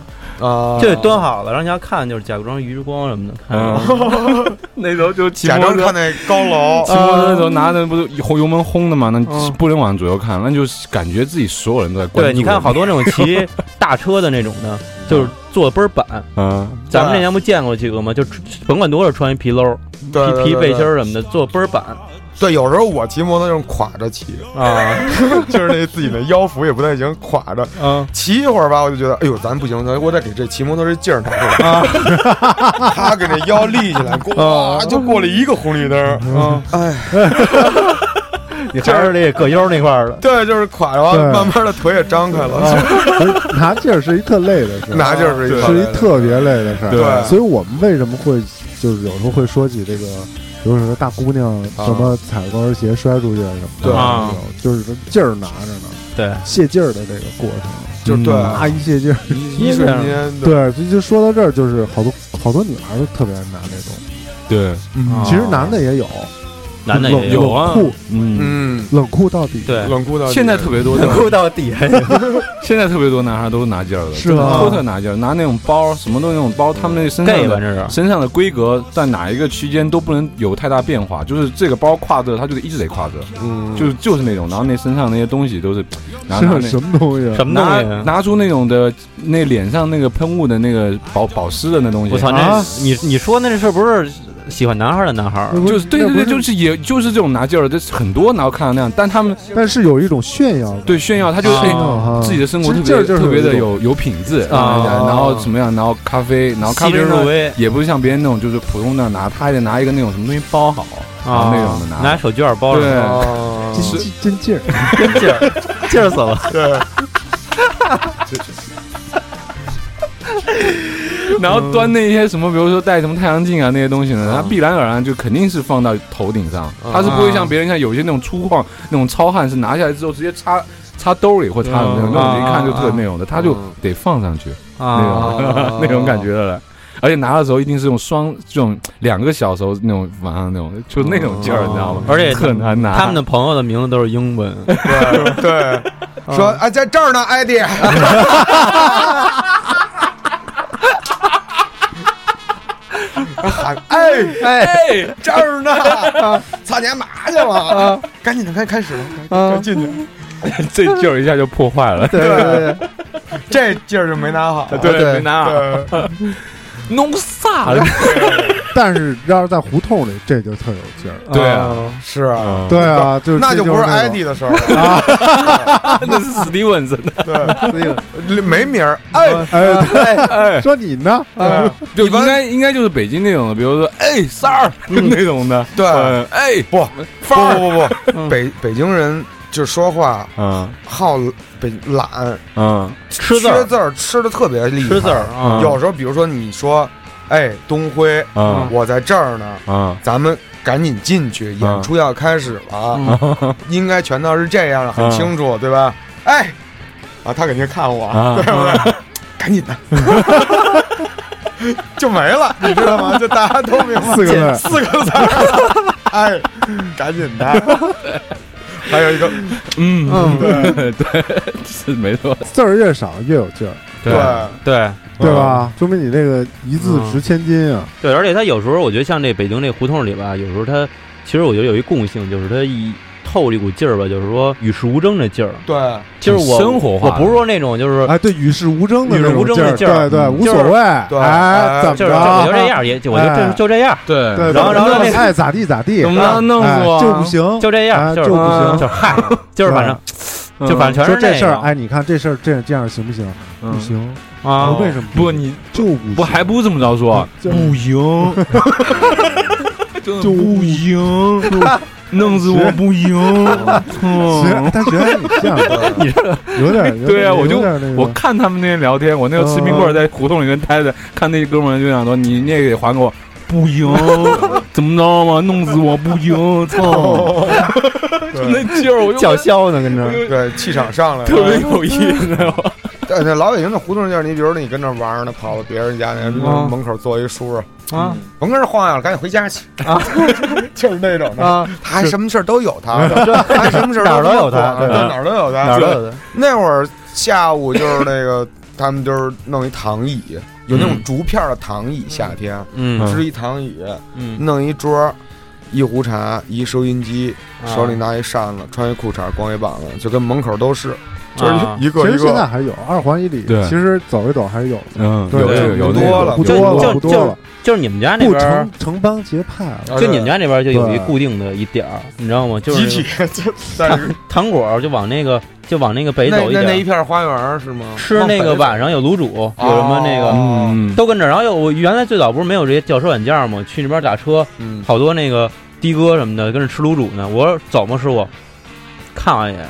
A: 啊，
D: 就得蹲好了，让人家看就是假装余光什么的看。
E: 嗯， 那时候就骑
A: 假
E: 摩托
A: 装
E: 车
A: 看。那高楼
E: 骑。摩托车的时候拿着不是轰油门轰的嘛，那
A: 嗯
E: 不能往左右看，那就是感觉自己所有人都在关注。
D: 对，你看好，多那种骑大车的那种的，就是坐的倍儿板。
E: 嗯，
D: 咱们那年不见过几个吗？就甭管多少穿一皮褛、
A: 对对
D: 皮皮
A: 对
D: 背心儿什么的，坐倍儿板
A: 对，有时候我骑摩托就是垮着骑，
D: 啊。
A: 就是那自己的腰腹也不太行，垮着
D: 嗯，
A: 骑一会儿吧，我就觉得，哎呦，咱不行，咱我得给这骑摩托这劲儿拿出来。 他给这腰立起 来，哇，就过了一个红绿灯。
D: 嗯，
A: 哎，
D: 你还是那葛优那块儿的。
A: 对，就是垮着，
C: 对
A: 慢慢的腿也张开了，
C: 啊，拿劲儿是一特累的事 儿，
A: 拿劲儿是一
C: 是一
A: 块儿
C: 特别累的事儿。
A: 对
C: 所以我们为什么会就是有时候会说起这个，比如说大姑娘什么踩高跟鞋摔出去什么
A: 啊对
C: 的，
D: 啊
C: 那种就是说劲儿拿着呢，
D: 对，
C: 泄劲儿的这个过程，
A: 就是对
C: 啊一泄劲儿。
A: 一一瞬间的，
C: 对，就就说到这儿，就是好多好多女孩都特别爱拿这种，
E: 对，
D: 啊
A: 嗯
C: 其实男的也有，
D: 男的也
C: 冷
E: 有啊
C: 冷酷
E: 嗯，
A: 嗯，
C: 冷酷到底，
D: 对，
A: 冷酷到底
E: 现在特别 多，
D: 哭到底。
E: 现在特别多男孩都是拿劲儿的，
C: 是吗
E: 都特拿劲儿，拿那种包，什么都那种包，他们那身
D: gay
E: 上
D: 吧
E: 的
D: 这是。
E: 身上的规格在哪一个区间都不能有太大变化，就是这个包挎着，他就得一直得挎着，
A: 嗯，
E: 就是就是那种，然后那身上那些东 西都是拿拿
C: 是
E: 那
C: 什么东西啊？
D: 什么
E: 拿
D: 东西？
E: 拿出那种的那脸上那个喷雾的那个保保湿的那东西，
D: 我操，那
C: 啊
D: 你你说那是不是喜欢男孩儿的男孩儿？
C: 那不
E: 就是对
C: 那
E: 对
C: 不
E: 对，就是也就是这种拿劲儿的，这很多，然后看到那样，但他们
C: 但是有一种炫耀感，
E: 对炫耀，他就是
D: 啊
E: 哎
C: 啊
E: 自己的生活
C: 其
E: 特
C: 实劲
E: 别
C: 儿就是
E: 特别的
C: 一种
E: 有有品质
D: 啊
E: 然后怎么样，然后咖啡，然后咖
D: 细
E: 啡
D: 致
E: 呢啊
D: 入微
E: 也不是像别人那种就是普通的拿，他还得拿一个那种什么东西包好，然后那种的
D: 啊拿
E: 拿，
D: 手绢儿包
E: 对
D: 着，
A: 哦
C: 真
E: 是
C: 真劲儿，
D: 真劲儿，劲儿死了。
A: 对，
E: 然后端那些什么，比如说戴什么太阳镜啊那些东西呢，他必然而然就肯定是放到头顶上，他是不会像别人像有些那种粗犷那种糙汉是拿下来之后直接插插兜里或插什么的，
D: 嗯
E: 那种一看就特
D: 啊
E: 那种的，他就得放上去
D: 啊
E: 那种那种感觉的了。而且拿的时候一定是用双这种两个小手那种往上那种，就那种劲儿，你知道吗？
D: 而且
E: 很难拿。
D: 他们的朋友的名字都是 英文，
A: 对
C: 嗯
A: 对，说啊，在这儿呢，艾迪，喊哎哎，这儿呢，操你还嘛去了？赶紧的，开开始了，
C: 啊，。
A: 进去。
E: 这劲儿一下就破坏了
C: 对对对，
A: 这劲儿就没拿好，
C: 对对没
A: 拿好。
E: 弄
D: 啊
E: 啥？
C: 但是要是在胡同里，这就特有劲儿。
E: 对啊，
A: 是啊，
C: 对啊，就是
A: 那就
C: 就
A: 不是艾
C: 艾
A: 迪
C: 迪，
A: 的时候了，
E: 那是史蒂文森的，
A: 对，没名儿，哎，
C: 哎哎，说你呢？
A: 对
E: 就应该应该就是北京那种的，比如说哎三儿那种的。
A: 对
E: 呃哎
A: 不
E: 范儿，
A: 不不不，北北京人就说话
E: 嗯
A: 好北懒，
E: 嗯
D: 吃字
A: 吃
D: 儿
A: 字儿吃的特别厉害。
D: 吃字儿啊，
A: 有时候比如说你说，哎，东辉，
E: 嗯
A: 我在这儿呢，
E: 嗯，
A: 咱们赶紧进去，演出要开始了，啊 应该全都是这样的，很
E: 嗯
A: 清楚，对吧？哎，啊，他肯定看我，
E: 啊
A: 对不对？赶紧的。就没了，你知道吗？就大家都明白
C: 四个字
A: 四个字儿，哎，赶紧 的。还有一个，
E: 嗯
C: 嗯
E: 对对，是没错，
C: 字儿越少越有劲儿，
A: 对
D: 对
C: 对吧？说明你这个一字值千金啊！
D: 对，而且他有时候我觉得像这北京这胡同里吧，有时候他其实我觉得有一共性，就是他一透着一股劲儿吧，就是说与世无争的劲儿。
A: 对，
D: 就是我
E: 生活化
D: 我不是说那种就是
E: 啊
C: 哎，对，与世无争的
D: 啊与世
C: 那种
D: 无争的
C: 劲
D: 劲
C: 儿，
D: 儿
C: 对对，
D: 嗯
C: 无所谓，
A: 对
C: 哎，
A: 哎
C: 怎么
D: 就是
C: 着？
D: 就
E: 啊
D: 我就这样，也就我就
C: 哎
D: 这就这样，
E: 对
C: 对，
A: 然后
C: 怎
D: 然
C: 么
D: 后
C: 着
D: 那
C: 爱咋地咋地，
E: 怎么着弄死
C: 哎
E: 我啊？
C: 就不行，
D: 就这
E: 啊
D: 样，
C: 哎
D: 就是
C: 就不行
D: 就是嗨， 就是反正
E: 嗯
D: 就反正全
C: 说
D: 是
C: 这事儿，
D: 那
C: 哎，你看这事儿这这样行不行？
E: 嗯
C: 不行，
D: 个啊，
C: 为什么
E: 不你
C: 就不行
E: 不还不这么着说？嗯
C: 就
E: 不行， 就不行，弄死我不行。
C: 学，但学你这样的，有点有点
E: 对啊，我就
C: 有点那个
E: 我看他们那天聊天，我那个吃冰棍儿在胡同里面待着，看那哥们儿就想说你那个得还给 我。不行，怎么着嘛？弄死我不行！ 操，就那劲儿，我就
D: 叫嚣呢跟这儿，
A: 对，气场上来了，
E: 特别有意思，
A: 对，那老北京的胡同就是，你比如说你跟那儿玩儿呢，跑到别人家那
D: 嗯
A: 门口坐一叔叔
D: 啊，
A: 甭跟这儿晃悠了，赶紧回家去啊， 就是那种的。
D: 啊，
A: 他还什么事儿都有他，他还什么事儿
D: 哪儿都有他
A: 对，
D: 对
A: 哪儿都有他，
D: 哪儿都有他
A: 那会儿下午就是那个，他们就是弄一躺椅，有那种竹片儿的躺椅，夏天
D: 嗯
A: 支一躺椅，
D: 嗯，
A: 弄一桌儿，一壶茶，一收音机，
D: 啊
A: 手里拿一扇子，穿一裤衩，光一膀子，就跟门口都是，就是
D: 啊
A: 一个
C: 其
A: 一
C: 实现在
A: 个。
C: 还有二环以里，
E: 对
C: 其实走一走还是有的，
E: 嗯，
C: 对
E: 有有有那
A: 多
E: 种
A: 了
C: 不多了
D: 就
C: 不
D: 就
C: 多了，
D: 就是你们家那
C: 不
D: 边儿
C: 成。成帮结派了。
A: 啊
D: 就你们家那边儿就有一
C: 对
D: 固定的一点儿，你知道吗？就是
A: 呃集体就在这个
D: 糖果儿就往那个就往那个北走一
A: 那
D: 点
A: 那
D: 儿
A: 那，一片花园儿是吗？
D: 吃那个晚上有卤煮，
A: 哦
D: 有什么那个
E: 嗯，
D: 都跟这儿。然后有我原来最早不是没有这些叫车软件吗？去那边打车，
A: 嗯，
D: 好多那个的哥什么的跟着吃卤煮呢。我说走吗，师傅？看我一眼，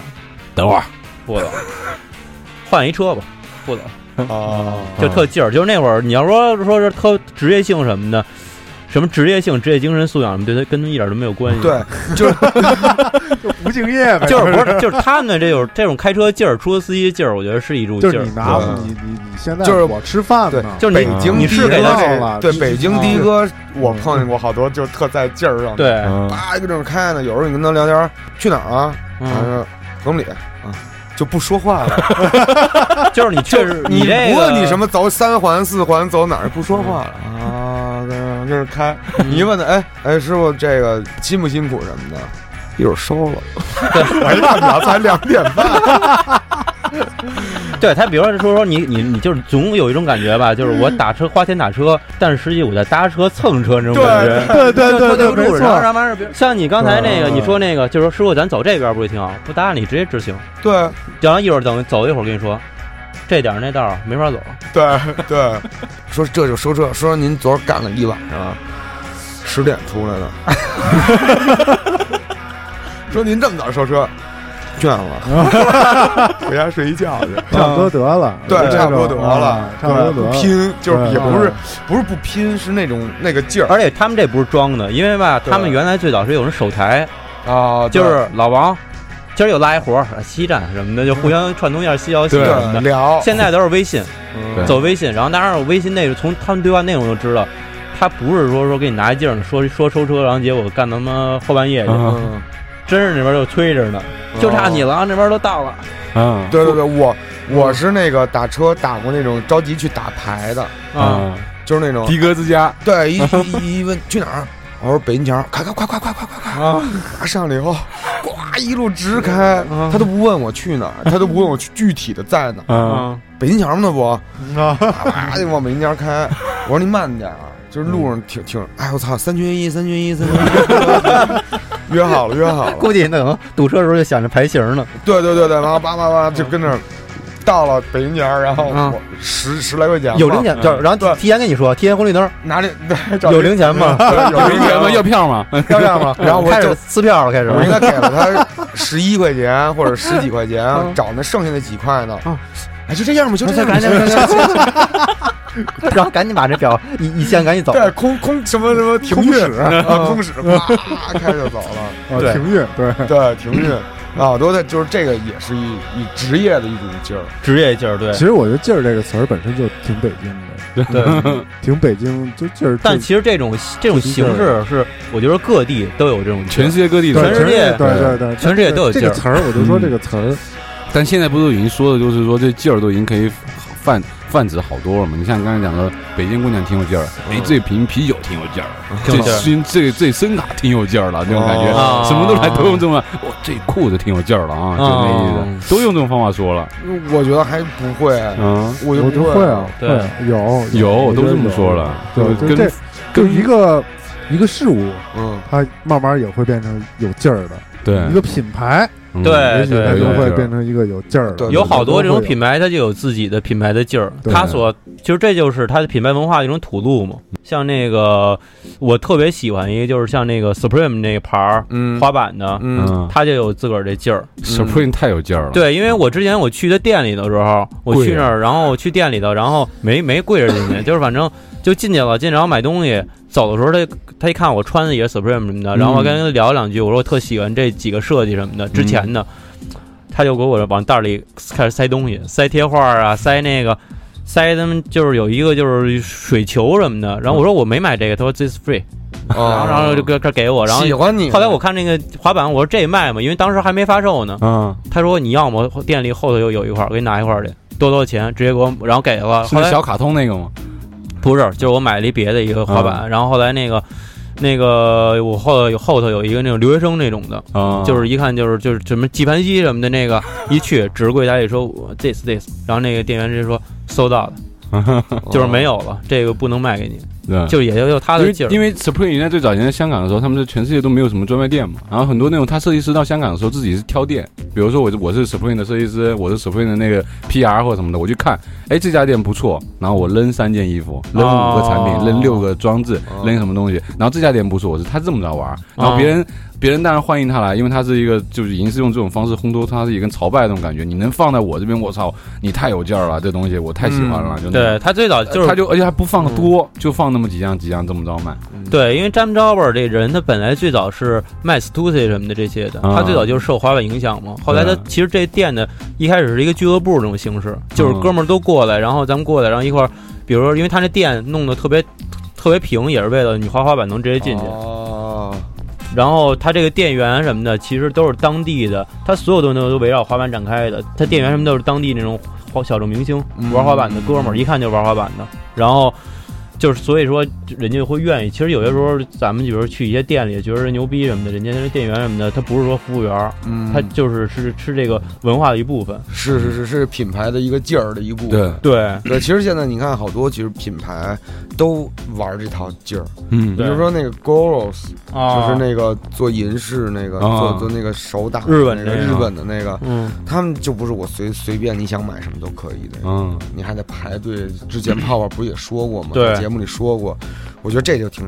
E: 等会儿，
D: 不走，换一车吧，不走，
A: 哦，
D: 就
C: 嗯
D: 特劲儿。就是那会儿你要说说是特职业性什么的，什么职业性、职业精神素养什么，对他跟他们一点都没有关系。，
A: 对，
C: 不敬业呗
D: 就是不是就是他们这种这种开车劲儿、出租司机劲儿，我觉得是一种
C: 就
D: 劲
C: 是
D: 儿
C: 你。拿
A: 对
C: 你你你现在
A: 就是
C: 我吃饭
A: 对
C: 呢，
D: 就是
A: 北
D: 你
A: 京
D: 你
A: 的
D: 是给
A: 哥
D: 他
C: 知道了
A: 对
C: 是
A: 北京的哥，我碰见过好多就特在劲儿上，，
D: 嗯
E: 嗯
D: 对，
A: 叭一个这么开呢，有时候你跟他聊天，去哪儿啊？他
D: 嗯，
A: 说总理啊，就不说话了，
D: 嗯就是你确实
A: 你
D: 这
A: 不
D: 个
A: 问你什么走三环四环走哪儿不说话了
C: 嗯
A: 啊，跟着开，你一问他，哎哎师傅这个辛不辛苦什么的，一会儿收了， 哎我一看表才两点半，
D: 对他，比如说说说你你你就是总有一种感觉吧，就是我打车花钱打车，但是实际我在搭车蹭车那种感觉。
C: 对对对对，没
D: 然后
C: 错，
D: 然后完事儿别人，像你刚才那个，
C: 嗯
D: 你说那个，就是说师傅，咱走这边儿不就挺好？不搭理你，直接执行。
A: 对
D: 然后一会儿等走一会儿跟你说，这点儿那道儿没法走。
A: 对对，说这就收这，说您昨儿干了一晚上，十点出来的， 说您这么早收车，倦
C: 嗯
A: 了，回家睡一觉去。
C: 差不多得了，
A: 对，
C: 这
A: 差不多得
C: 种
A: 了
C: 啊，差不多
A: 对
C: 得了，
A: 拼就是也
C: 对
A: 不是不是不拼，是那种那个劲儿
D: 而且他们这不是装的，因为吧，
A: 对
D: 他们原来最早是有人守台，
A: 啊，
D: 就是老王，今儿又拉一活儿，西站什么的，就互相串通一下西摇西
E: 对
D: 什么的。
A: 聊
D: 现在都是微信，
E: 对
D: 走微信，然后当然我微信内容从他们对话内容就知道，他不是说说给你拿一劲儿说说收车，然后结果干他妈后半夜去，
E: 啊
A: 嗯，
D: 真是那边就催着呢，就差你了，那边都到了。
E: 啊，
A: 对对对，我我是那个打车打过那种着急去打牌的，
D: 啊，
A: 就是那种
E: 的哥之家，
A: 对一一一问去哪儿，我说北京桥，开开快快快快快快
D: 啊！
A: 啊上来以后，呱一路直开，他都不问我去哪儿，他都不问我去具体的在哪儿，
E: 啊，
A: 北京桥吗？那不，
C: 啊，
A: 啪就往北京桥开。我说你慢点儿，啊就是路上挺挺，哎我操，三缺一，三缺一，三缺一， 约好了，约好了。
D: 估计那可能堵车的时候就想着排型呢。
A: 对对对对，然后叭叭叭就跟那儿到了北京桥，然后
D: 嗯
A: 我十十来块钱吧，
D: 有零钱，就是然后
A: 对
D: 提提前跟你说，提前红绿灯
A: 拿 这
D: 有零钱吗？
A: 对有
E: 有零
A: 零
E: 钱
A: 钱
E: 吗？
A: 吗？
E: 要票吗？
A: 漂亮 吗？然后我
D: 开
A: 就
D: 始撕票了，开始
A: 我应该给了他十一块钱或者十几块钱，
D: 嗯
A: 找那剩下那几块呢。哎，就这样吧，就这样吧。就这样吧
D: 然后赶紧把这表一一掀，赶紧走。
A: 对，空空什么什么停运
D: 嗯
A: 啊，空驶， 啪开就走了。
D: 对
C: 啊停运，对，
A: 对，停运啊，都在就是这个也是一一职业的一种劲儿。
D: 职业劲儿，对
C: 其实我觉得“劲儿”这个词儿本身就挺北京的，
D: 对。
C: 挺北京，就劲儿。
D: 但
C: 就
D: 其实这种这种形式是，我觉得各地都有这种劲儿
E: 全世界各地
C: 对
E: 都有
D: 全世界
C: 对对对，
D: 全世界都有
C: 这
D: 劲
C: 个
D: 儿。
C: 词儿，我就说这个词儿，
E: 但现在不都已经说的，就是说这劲儿都已经可以泛泛指好多了嘛？你像刚才讲的，北京姑娘挺有劲儿，哎，
D: 嗯
E: 这瓶啤酒挺有劲儿，
D: 挺
E: 这
D: 有劲儿
E: 新这这声卡挺有劲儿了，这种感觉
D: 嗯哦，
E: 什么都来都用这么，哇，这裤子挺有劲儿了啊，就那
D: 哦
E: 意思，都用这种方法说了，
A: 我觉得还不会，
E: 嗯，
A: 我就
C: 我就
A: 不
C: 会啊，
D: 对
C: 会有
E: 有
C: 我觉
E: 都
C: 得
E: 这么
C: 有
E: 说了，
C: 对，就
E: 跟
C: 这就
E: 跟
C: 一个一个事物，
A: 嗯，
C: 它慢慢也会变成有劲儿的，
E: 对
C: 一个品牌，
E: 嗯
D: 哎对
C: 也许它
E: 对
C: 就
E: 对
C: 会
E: 对
C: 变成一个有劲儿的。
A: 对
D: 有好多这种品
C: 牌，
D: 牌，它就有自己的品牌的劲儿，
C: 对
D: 它所其实这就是它的品牌文化的一种吐露嘛。像那个我特别喜欢一个，就是像那个 Supreme 那个牌儿
A: 嗯
D: 滑板的，
A: 嗯
E: 嗯
D: 它就有自个儿这劲儿。
E: ，Supreme 太有劲儿了，
D: 对，因为我之前我去他店里的时候，我
E: 啊贵
D: 去
E: 啊
D: 那儿，然后我去店里头，然后没没跪着进去，就是反正就进去了，进去然后买东西，走的时候他他一看我穿的也是 Supreme 什么
E: 嗯
D: 的，然后我跟他聊两句，我说我特喜欢这几个设计什么的，之前的，
E: 嗯
D: 他就给我往袋里开始塞东西，塞贴画啊，塞那个。塞他们就是有一个就是水球什么的，然后我说我没买这个，他说 this is free，
E: 哦
D: 然后
A: 啊，
D: 然后就给给给我，然后
A: 喜欢你。
D: 后来我看那个滑板，我说这卖吗？因为当时还没发售呢，
E: 啊，
D: 他说你要么店里后头有有一块儿，我给你拿一块儿去，多多少钱？直接给我，然后给了。
E: 是那
D: 后来
E: 小卡通那个吗？
D: 不是，就是我买了一别的一个滑
E: 啊
D: 板，然后后来那个那个我后头有后头有一个那种留学生那种的，
E: 啊，
D: 就是一看就是就是什么纪梵希什么的那个，一去指着柜台里说我 this this，然后那个店员直接说 sold out，就 是没有了，这个不能卖给你，
E: 对
D: 就也就有他
E: 因
D: 的
E: 为
D: 劲儿。
E: 啊因为 Supreme 在最早以前在香港的时候，他们在全世界都没有什么专卖店嘛，然后很多那种他设计师到香港的时候自己是挑店，比如说我是我是 Supreme 的设计师，我是 Supreme 的那个 PR 或者什么的，我去看，哎这家店不错，然后我扔三件衣服，扔五个产品，
D: 哦
E: 扔六个装置，扔什么东西，然后这家店不错，我是他这么着玩儿，
D: 哦
E: 然后别人。别人当然欢迎他来，因为他是一个，就是已经是用这种方式烘托他自己跟朝拜的那种感觉。你能放在我这边，我操，你太有劲儿了，这东西我太喜欢了，就那种
D: 嗯对他最早就是
E: 呃他就而且还不
A: 嗯
E: 放多，就放那么几样几样这么着卖。
D: 对，因为詹姆· e r 这人，他本来最早是卖 Stussy 什么的这些的，
E: 啊
D: 他最早就是受滑板影响嘛。后来他
E: 对
D: 其实这店呢，一开始是一个俱乐部这种形式，
E: 嗯
D: 就是哥们儿都过来，然后咱们过来，然后一块儿，比如说，因为他那店弄得特别特别平，也是为了你滑滑板能直接进去。
A: 哦，
D: 然后他这个店员什么的，其实都是当地的，他所有东西都围绕滑板展开的。他店员什么都是当地那种滑小众明星，
A: 嗯
D: 玩滑板的哥们儿，一看就是玩滑板的。然后就是所以说，人家会愿意。其实有些时候，咱们比如去一些店里，觉得人牛逼什么的，人家那店员什么的，他不是说服务员儿，
A: 嗯
D: 他，就是是是这个文化的一部分。
A: 是是是是品牌的一个劲儿的一部分。
E: 对，
D: 对，
A: 对，其实现在你看好多，其实品牌都玩这套劲儿。
E: 嗯
A: 比
D: 对
A: 如说那个 Goros，
D: 啊，
A: 就是那个做银饰那个，
E: 啊
A: 做做那个手打
D: 日本
A: 那
D: 那
A: 个
D: 个
A: 日本的那个，
D: 嗯，
A: 他们就不是我随随便你想买什么都可以的，
D: 啊
E: 嗯，
A: 你还得排队。之前泡泡不是也说过吗？
D: 对
A: 在节目里说过，我觉得这就挺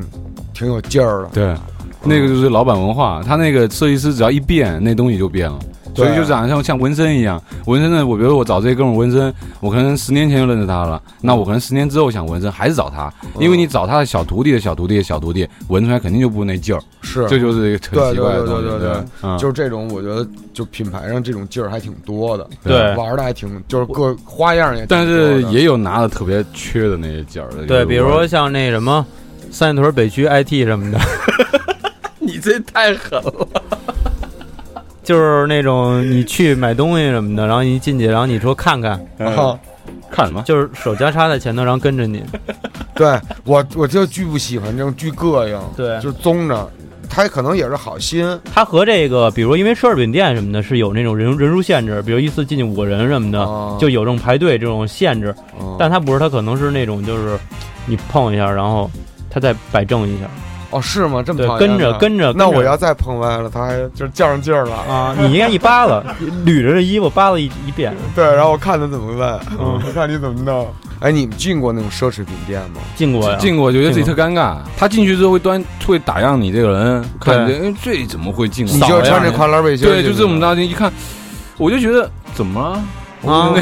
A: 挺有劲儿的。
E: 对，那个就是老板文化，他那个设计师只要一变，那东西就变了。所以
A: 对啊
E: 就长得像像纹身一样。纹身呢，我比如我找这些哥们儿纹身，我可能十年前就认识他了，那我可能十年之后想纹身还是找他，
A: 嗯
E: 因为你找他的小徒弟的小徒弟的小徒弟，纹出来肯定就不那劲儿，
A: 是
E: 这就是一个
A: 对
E: 很奇怪的东西。
A: 对对对对
E: 嗯
A: 就是这种，我觉得就品牌上这种劲儿还挺多的，
D: 对
A: 玩的还挺，就是各花样也挺多
E: 但
A: 的，
E: 是也有拿的特别缺的那些劲儿的。
D: 对，
E: 就
D: 比
E: 是
D: 如
E: 我
D: 说像那什么三里屯北区 IT 什么的，你这太狠了。就是那种你去买东西什么的，然后你一进去，然后你说看看，
A: 啊
E: 看什么？
D: 就是手交叉在前头，然后跟着你。
A: 对我我就巨不喜欢这种巨膈应，
D: 对
A: 就棕着，他可能也是好心，
D: 它和这个，比如因为奢侈品店什么的，是有那种人人数限制，比如一次进去五个人什么的，
A: 哦
D: 啊就有这种排队这种限制。
A: 嗯
D: 但它不是，它可能是那种就是你碰一下，然后它再摆正一下。
A: 哦是吗？这么
D: 对
A: 讨，厌
D: 跟着
A: 呢
D: 跟着。
A: 那
D: 跟着
A: 我要再碰歪了，他还就是较上劲儿了。
D: 啊，你应该一扒拉，捋着这衣服扒拉一一遍。
A: 对，然后我看他怎么办，
D: 嗯
A: 我看你怎么 弄。哎，你们进过那种奢侈品店吗？
D: 进过呀，
E: 进过，觉得自己特
D: 进
E: 尴尬。他进去之后会端会打量你这个人，看
D: 对
E: 这哎这怎么会进来？
A: 你就穿着
E: 款，
A: 跨栏背心儿
E: 对，
A: 进
E: 就
A: 去
E: 这
A: 的。
E: 么大劲一看，我就觉得怎么了？
D: 啊
E: 我就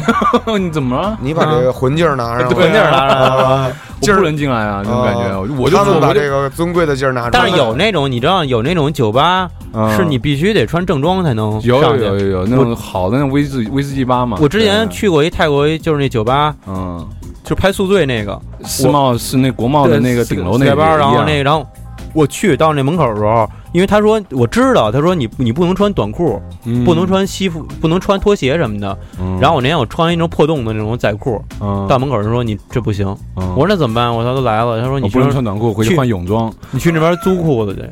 E: 那个 你怎么啊了？
A: 你把这个魂劲儿拿上，
E: 对
D: 那儿拿着。
A: 啊
E: 我不能进来啊，这种感觉，
A: 啊
D: 哦
E: 我就我就
A: 他们把
E: 我就
A: 这个尊贵的劲儿拿出来。
D: 但是有那种你知道，有那种酒吧
E: 嗯
D: 是你必须得穿正装才能
E: 有有
D: 上去。
E: 有有有那种好的那种威士威士忌吧嘛。
D: 我之前
E: 对
D: 去过一泰国，就是那酒吧，
E: 嗯，
D: 就是拍宿醉那个，
E: 世贸是那国贸的那个顶楼那
D: 四
E: 个
D: 个班儿，然后
E: 一
D: 那
E: 样
D: 个然后我去到那门口的时候，因为他说我知道，他说你你不能穿短裤，
E: 嗯
D: 不能穿西服，不能穿拖鞋什么的。
E: 嗯
D: 然后我那天我穿一种破洞的那种仔裤，
E: 嗯
D: 到门口人说你这不行，
E: 嗯
D: 我说那怎么办？我说都来了，他说
E: 我
D: 你去
E: 不能穿短裤，回去
D: 去
E: 换泳装。
D: 你去那边租裤子去。
E: 啊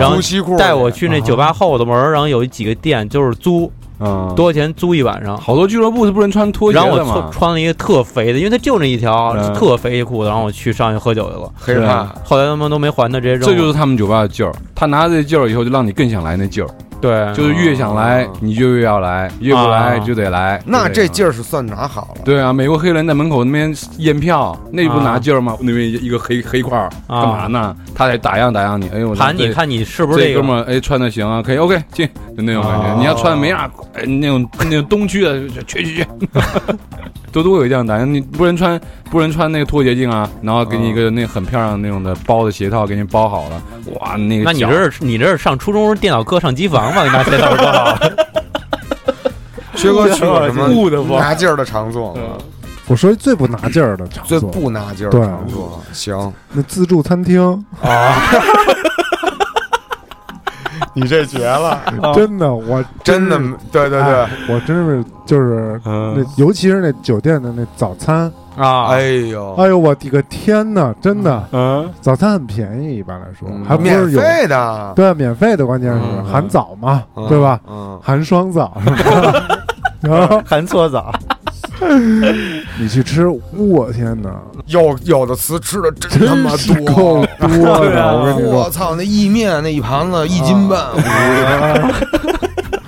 D: 然后
A: 租西裤，
D: 带我去那啊酒吧后头门儿，然后有一几个店就是租
E: 嗯，
D: 多少钱租一晚上，
E: 好多俱乐部是不能穿拖鞋
D: 然后我
E: 的嘛
D: 穿。穿了一个特肥的，因为他就那一条
E: 嗯
D: 特肥一裤子，然后我去上去喝酒去了，
A: 黑怕
D: 后来他们都没还他，直接扔了。
E: 这就是他们酒吧的劲儿，他拿着这劲儿以后，就让你更想来那劲儿，
D: 对，
E: 就是越想来你就越要来，越不来就得来。
A: 那这劲
E: 儿，
A: 儿是算拿好了。
E: 对啊，美国黑人在门口那边验票，那不拿劲儿吗？那边一个黑黑块儿干嘛呢？他得打样打样你，哎呦，
D: 盘你
E: 这
D: 看你是不是
E: 这
D: 这
E: 哥
D: 个
E: 们儿哎穿的行啊，可以 OK 进，就那种感觉。
A: 哦
E: 你要穿的没啥，哎那种那种东区的就去去去， 都都会有这样的打样。你不能穿不能穿那个拖鞋进啊，然后给你一个那很漂亮的那种的包的鞋套给你包好了，哇，那个
D: 那你
E: 脚
D: 这是你这是上初中电脑课上机 房吧？你拿这套多好，
A: 薛哥去过什
D: 雾得
A: 么
D: 慌
A: 拿劲儿的场所吗？
C: 我说最不拿劲儿的场
A: 最
C: 所，
A: 不拿劲儿的场所，行
C: 那自助餐厅，
A: 啊。你这绝了，
C: 真的，我
A: 真的
C: 是，
A: 对对对
C: 哎，我真是就是那
E: 嗯，
C: 尤其是那酒店的那早餐，
D: 啊！
A: 哎呦，
C: 哎呦我的个天呐，真的，
E: 嗯
C: 早餐很便宜，一般来说
A: 嗯
C: 还不
A: 免
C: 是有
A: 费的，
C: 对免费的，关键是
A: 嗯
C: 含早嘛，
A: 嗯
C: 对吧？
A: 嗯，
C: 含 双早是吧？然后
D: 含搓澡，
C: 你去吃，我天哪，
A: 有有的词吃的真他
C: 真
A: 妈
C: 是
A: 多
C: 够。多的，我跟你
A: 我
C: 说，
A: 操，那意面那一盘子一斤半，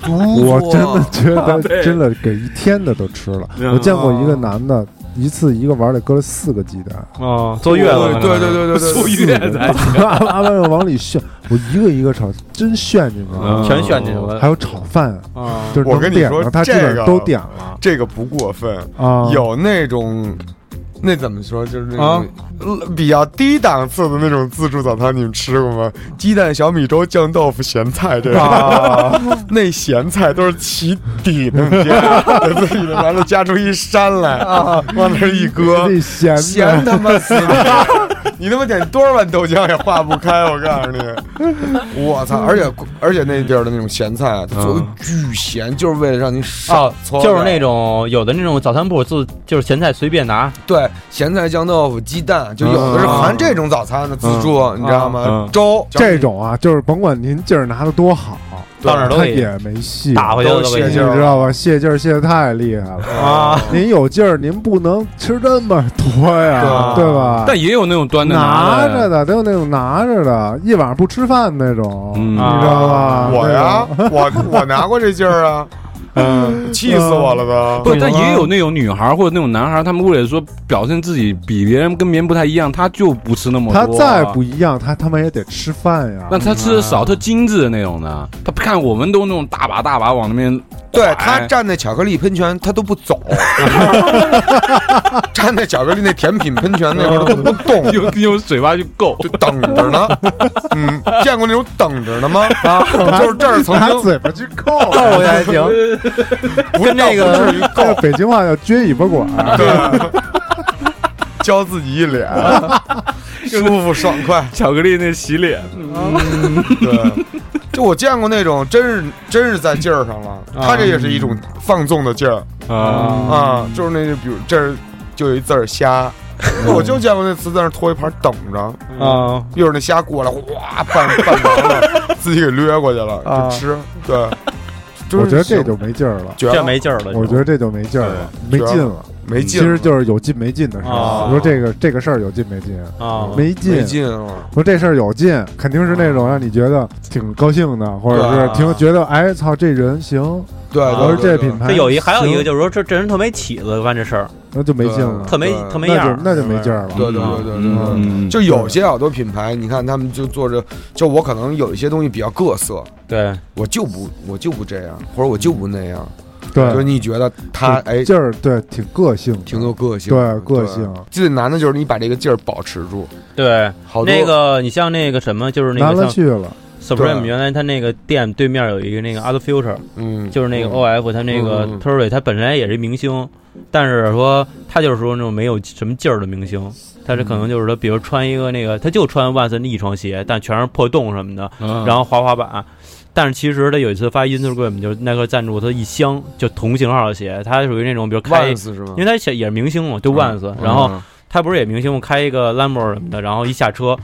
A: 我
C: 我真的觉
A: 啊
C: 得真的给一天的都吃了。我见过一个男的，一次一个碗里搁了四个鸡蛋，
D: 哦，坐月子，
A: 对对对对对对，
C: 四个鸡蛋， 阿拉伯往里炫，我一个一个炒，真炫进去了。
D: 嗯全选进去了
C: 还有炒饭，
E: 嗯
D: 啊！
C: 就是
A: 我跟
C: 能
A: 你
C: 点
A: 说
C: 了，他基
A: 这
C: 本
A: 个啊
C: 上都点了
A: 这个不过分，
C: 啊。
A: 有那种，那怎么说，就是那
D: 啊
A: 种呃比较低档次的那种自助早餐，你们吃过吗？鸡蛋、小米粥、酱豆腐、咸菜这种， 那咸菜都是起底弄加，给 自己的完了夹出一山来，往那儿一搁，
C: 这咸 的
A: 咸他妈死你！你他妈点多少碗豆浆也化不开，我告诉你，我操！而且而且那地儿的那种咸菜啊，它做的巨咸，就是为了让你少
D: 哦，
A: 搓
D: 就是
A: 着
D: 那种有的那种早餐铺自就是咸菜随便拿，
A: 对，咸菜、酱豆腐、鸡蛋，就有的是含这种早餐的自助，你知道吗
E: 嗯？
A: 粥
C: 这种啊，就是甭管您劲儿拿的多好，
D: 到哪儿都
C: 他
D: 可以
C: 也没戏。
D: 打回去
A: 都
D: 了
A: 卸
C: 你
A: 劲儿
C: 知道吧？泄劲儿泄得太厉害了。
A: 啊，
C: 您有劲儿，您不能吃这么多呀，
A: 对
C: 对吧？
E: 但也有那种端着
C: 拿
E: 的
C: 着的，得有那种拿着的，一晚上不吃饭那种，
E: 嗯
C: 你知道吧？
A: 我呀
C: 那种，
A: 我我拿过这劲儿啊，嗯， 气死我了都。
E: 不，但也有那种女孩或者那种男孩，他们为了说表现自己比别人跟别人不太一样，他就不吃那么多。
C: 他再不一样，他他妈也得吃饭呀。
E: 那他吃的少，特精致的那种的，他看我们都那种大把大把往那边，
A: 对他站在巧克力喷泉，他都不 走，站在巧克力那甜品喷泉那块儿都不动，
E: 用用嘴巴去够。
A: 就等着呢。嗯，见过那种等着的吗？啊，就是这儿曾
C: 拿
A: 经
C: 嘴巴去 扣，
G: 逗也 行，
A: 跟那个
C: 这北京话叫撅尾巴管。
A: 对， 教自己一 脸，舒服爽快。
E: 巧克力那洗脸，
A: 对，就我见过那种，真是真是在劲儿上了，他这也是一种放纵的劲儿
E: 啊，
A: 啊，就是那就比如这儿就有一字儿虾。我就见过那词在那儿拖一盘等着，
D: 嗯
G: 啊，
A: 一会儿那虾过来，哗拌拌完了， 自己给掠过去了，
G: 啊
A: 就吃。对，就是
C: 我觉得这就没劲儿了，
A: 绝
D: 这
A: 了，
D: 没劲儿了。
C: 我觉得这就没劲儿了，没
A: 对
C: 劲了。
A: 没
C: 其
A: 劲了，
C: 实就是有劲没劲的事儿。
D: 啊
C: 你说这个这个事儿有劲没劲？
D: 啊，
C: 没
A: 没
C: 劲。
A: 劲啊了。
C: 说这事儿有劲，肯定是那种让你觉得挺高兴的，或者
D: 对
C: 是
D: 啊
C: 挺觉得哎操这人行，
A: 对，
D: 啊
A: 都
C: 我
A: 是
C: 说这品牌
D: 这有一还有一个
C: 就
D: 就是说这这人特没起子干这事儿，
C: 那就没劲了，
D: 特没
A: 对
D: 特没
C: 那
D: 样
C: 就
D: 儿。
C: 那就没劲儿了。
A: 对对对对对对。
E: 嗯，
A: 就有些好多品牌，你看他们就做着，就我可能有一些东西比较各色，
D: 对，
A: 我就不我就不这样，或者我就不那样。就是
C: 对，
A: 你觉得他哎
C: 劲儿对挺个性的，
A: 挺有个性，
C: 对个性。
A: 最难的就是你把这个劲儿保持住。
D: 对，
A: 好多
D: 那个你像那个什么，就是那
C: 难
D: 个
C: 了
D: 像
C: 去了。
D: Supreme
A: 对
D: 原来他那个店对面有一个那个 Other Future，
A: 嗯，
D: 就是那个
A: 嗯
D: OF 他那个
A: 嗯嗯嗯
D: Terry，他本来也是明星，但是说他就是说那种没有什么劲儿的明星。他这可
A: 嗯
D: 能就是说，比如穿一个那个，他就穿万森的一双鞋，但全是破洞什么的，
A: 嗯
D: 然后滑滑板。但是其实他有一次发 Instagram，就是耐克赞助他一箱就同型号的鞋，他属于那种比如
E: 哎
D: 开，
A: 万
D: 因
A: 斯
E: 嗯
A: 是吗？
D: 为他也也是明星嘛，就万斯，然后他不是也明星吗？开一个 Lambo 什么的，然后一下车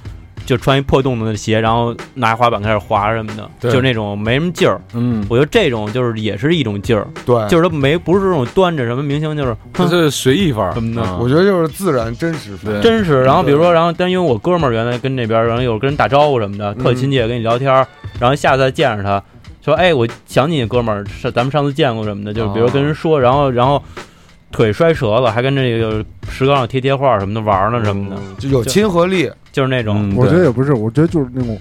D: 就穿一破洞的鞋，然后拿滑板开始滑什么的，
E: 对
D: 就是那种没什么劲儿。
E: 嗯，
D: 我觉得这种就是也是一种劲儿，
A: 对，
D: 就是他没不是这种端着什么明星，就是
E: 这
D: 哼
E: 是随意范儿，
D: 什么的
E: 啊
A: 我觉得就是自然真实范儿。
E: 对
D: 真是。然后比如说，然后但因为我哥们儿原来跟那边儿，然后有跟人打招呼什么的，
A: 嗯
D: 特亲切，跟你聊天儿。然后下次再见着他，说哎，我想你哥们儿，是咱们上次见过什么的，就是比如
E: 哦
D: 跟人说，然后然后腿摔折了，还跟这个石膏上贴贴画什么的玩儿呢什么的，
A: 就有亲和力，
D: 就是那种。
E: 嗯
C: 我觉
E: 对
C: 得也不是，我觉得就是那种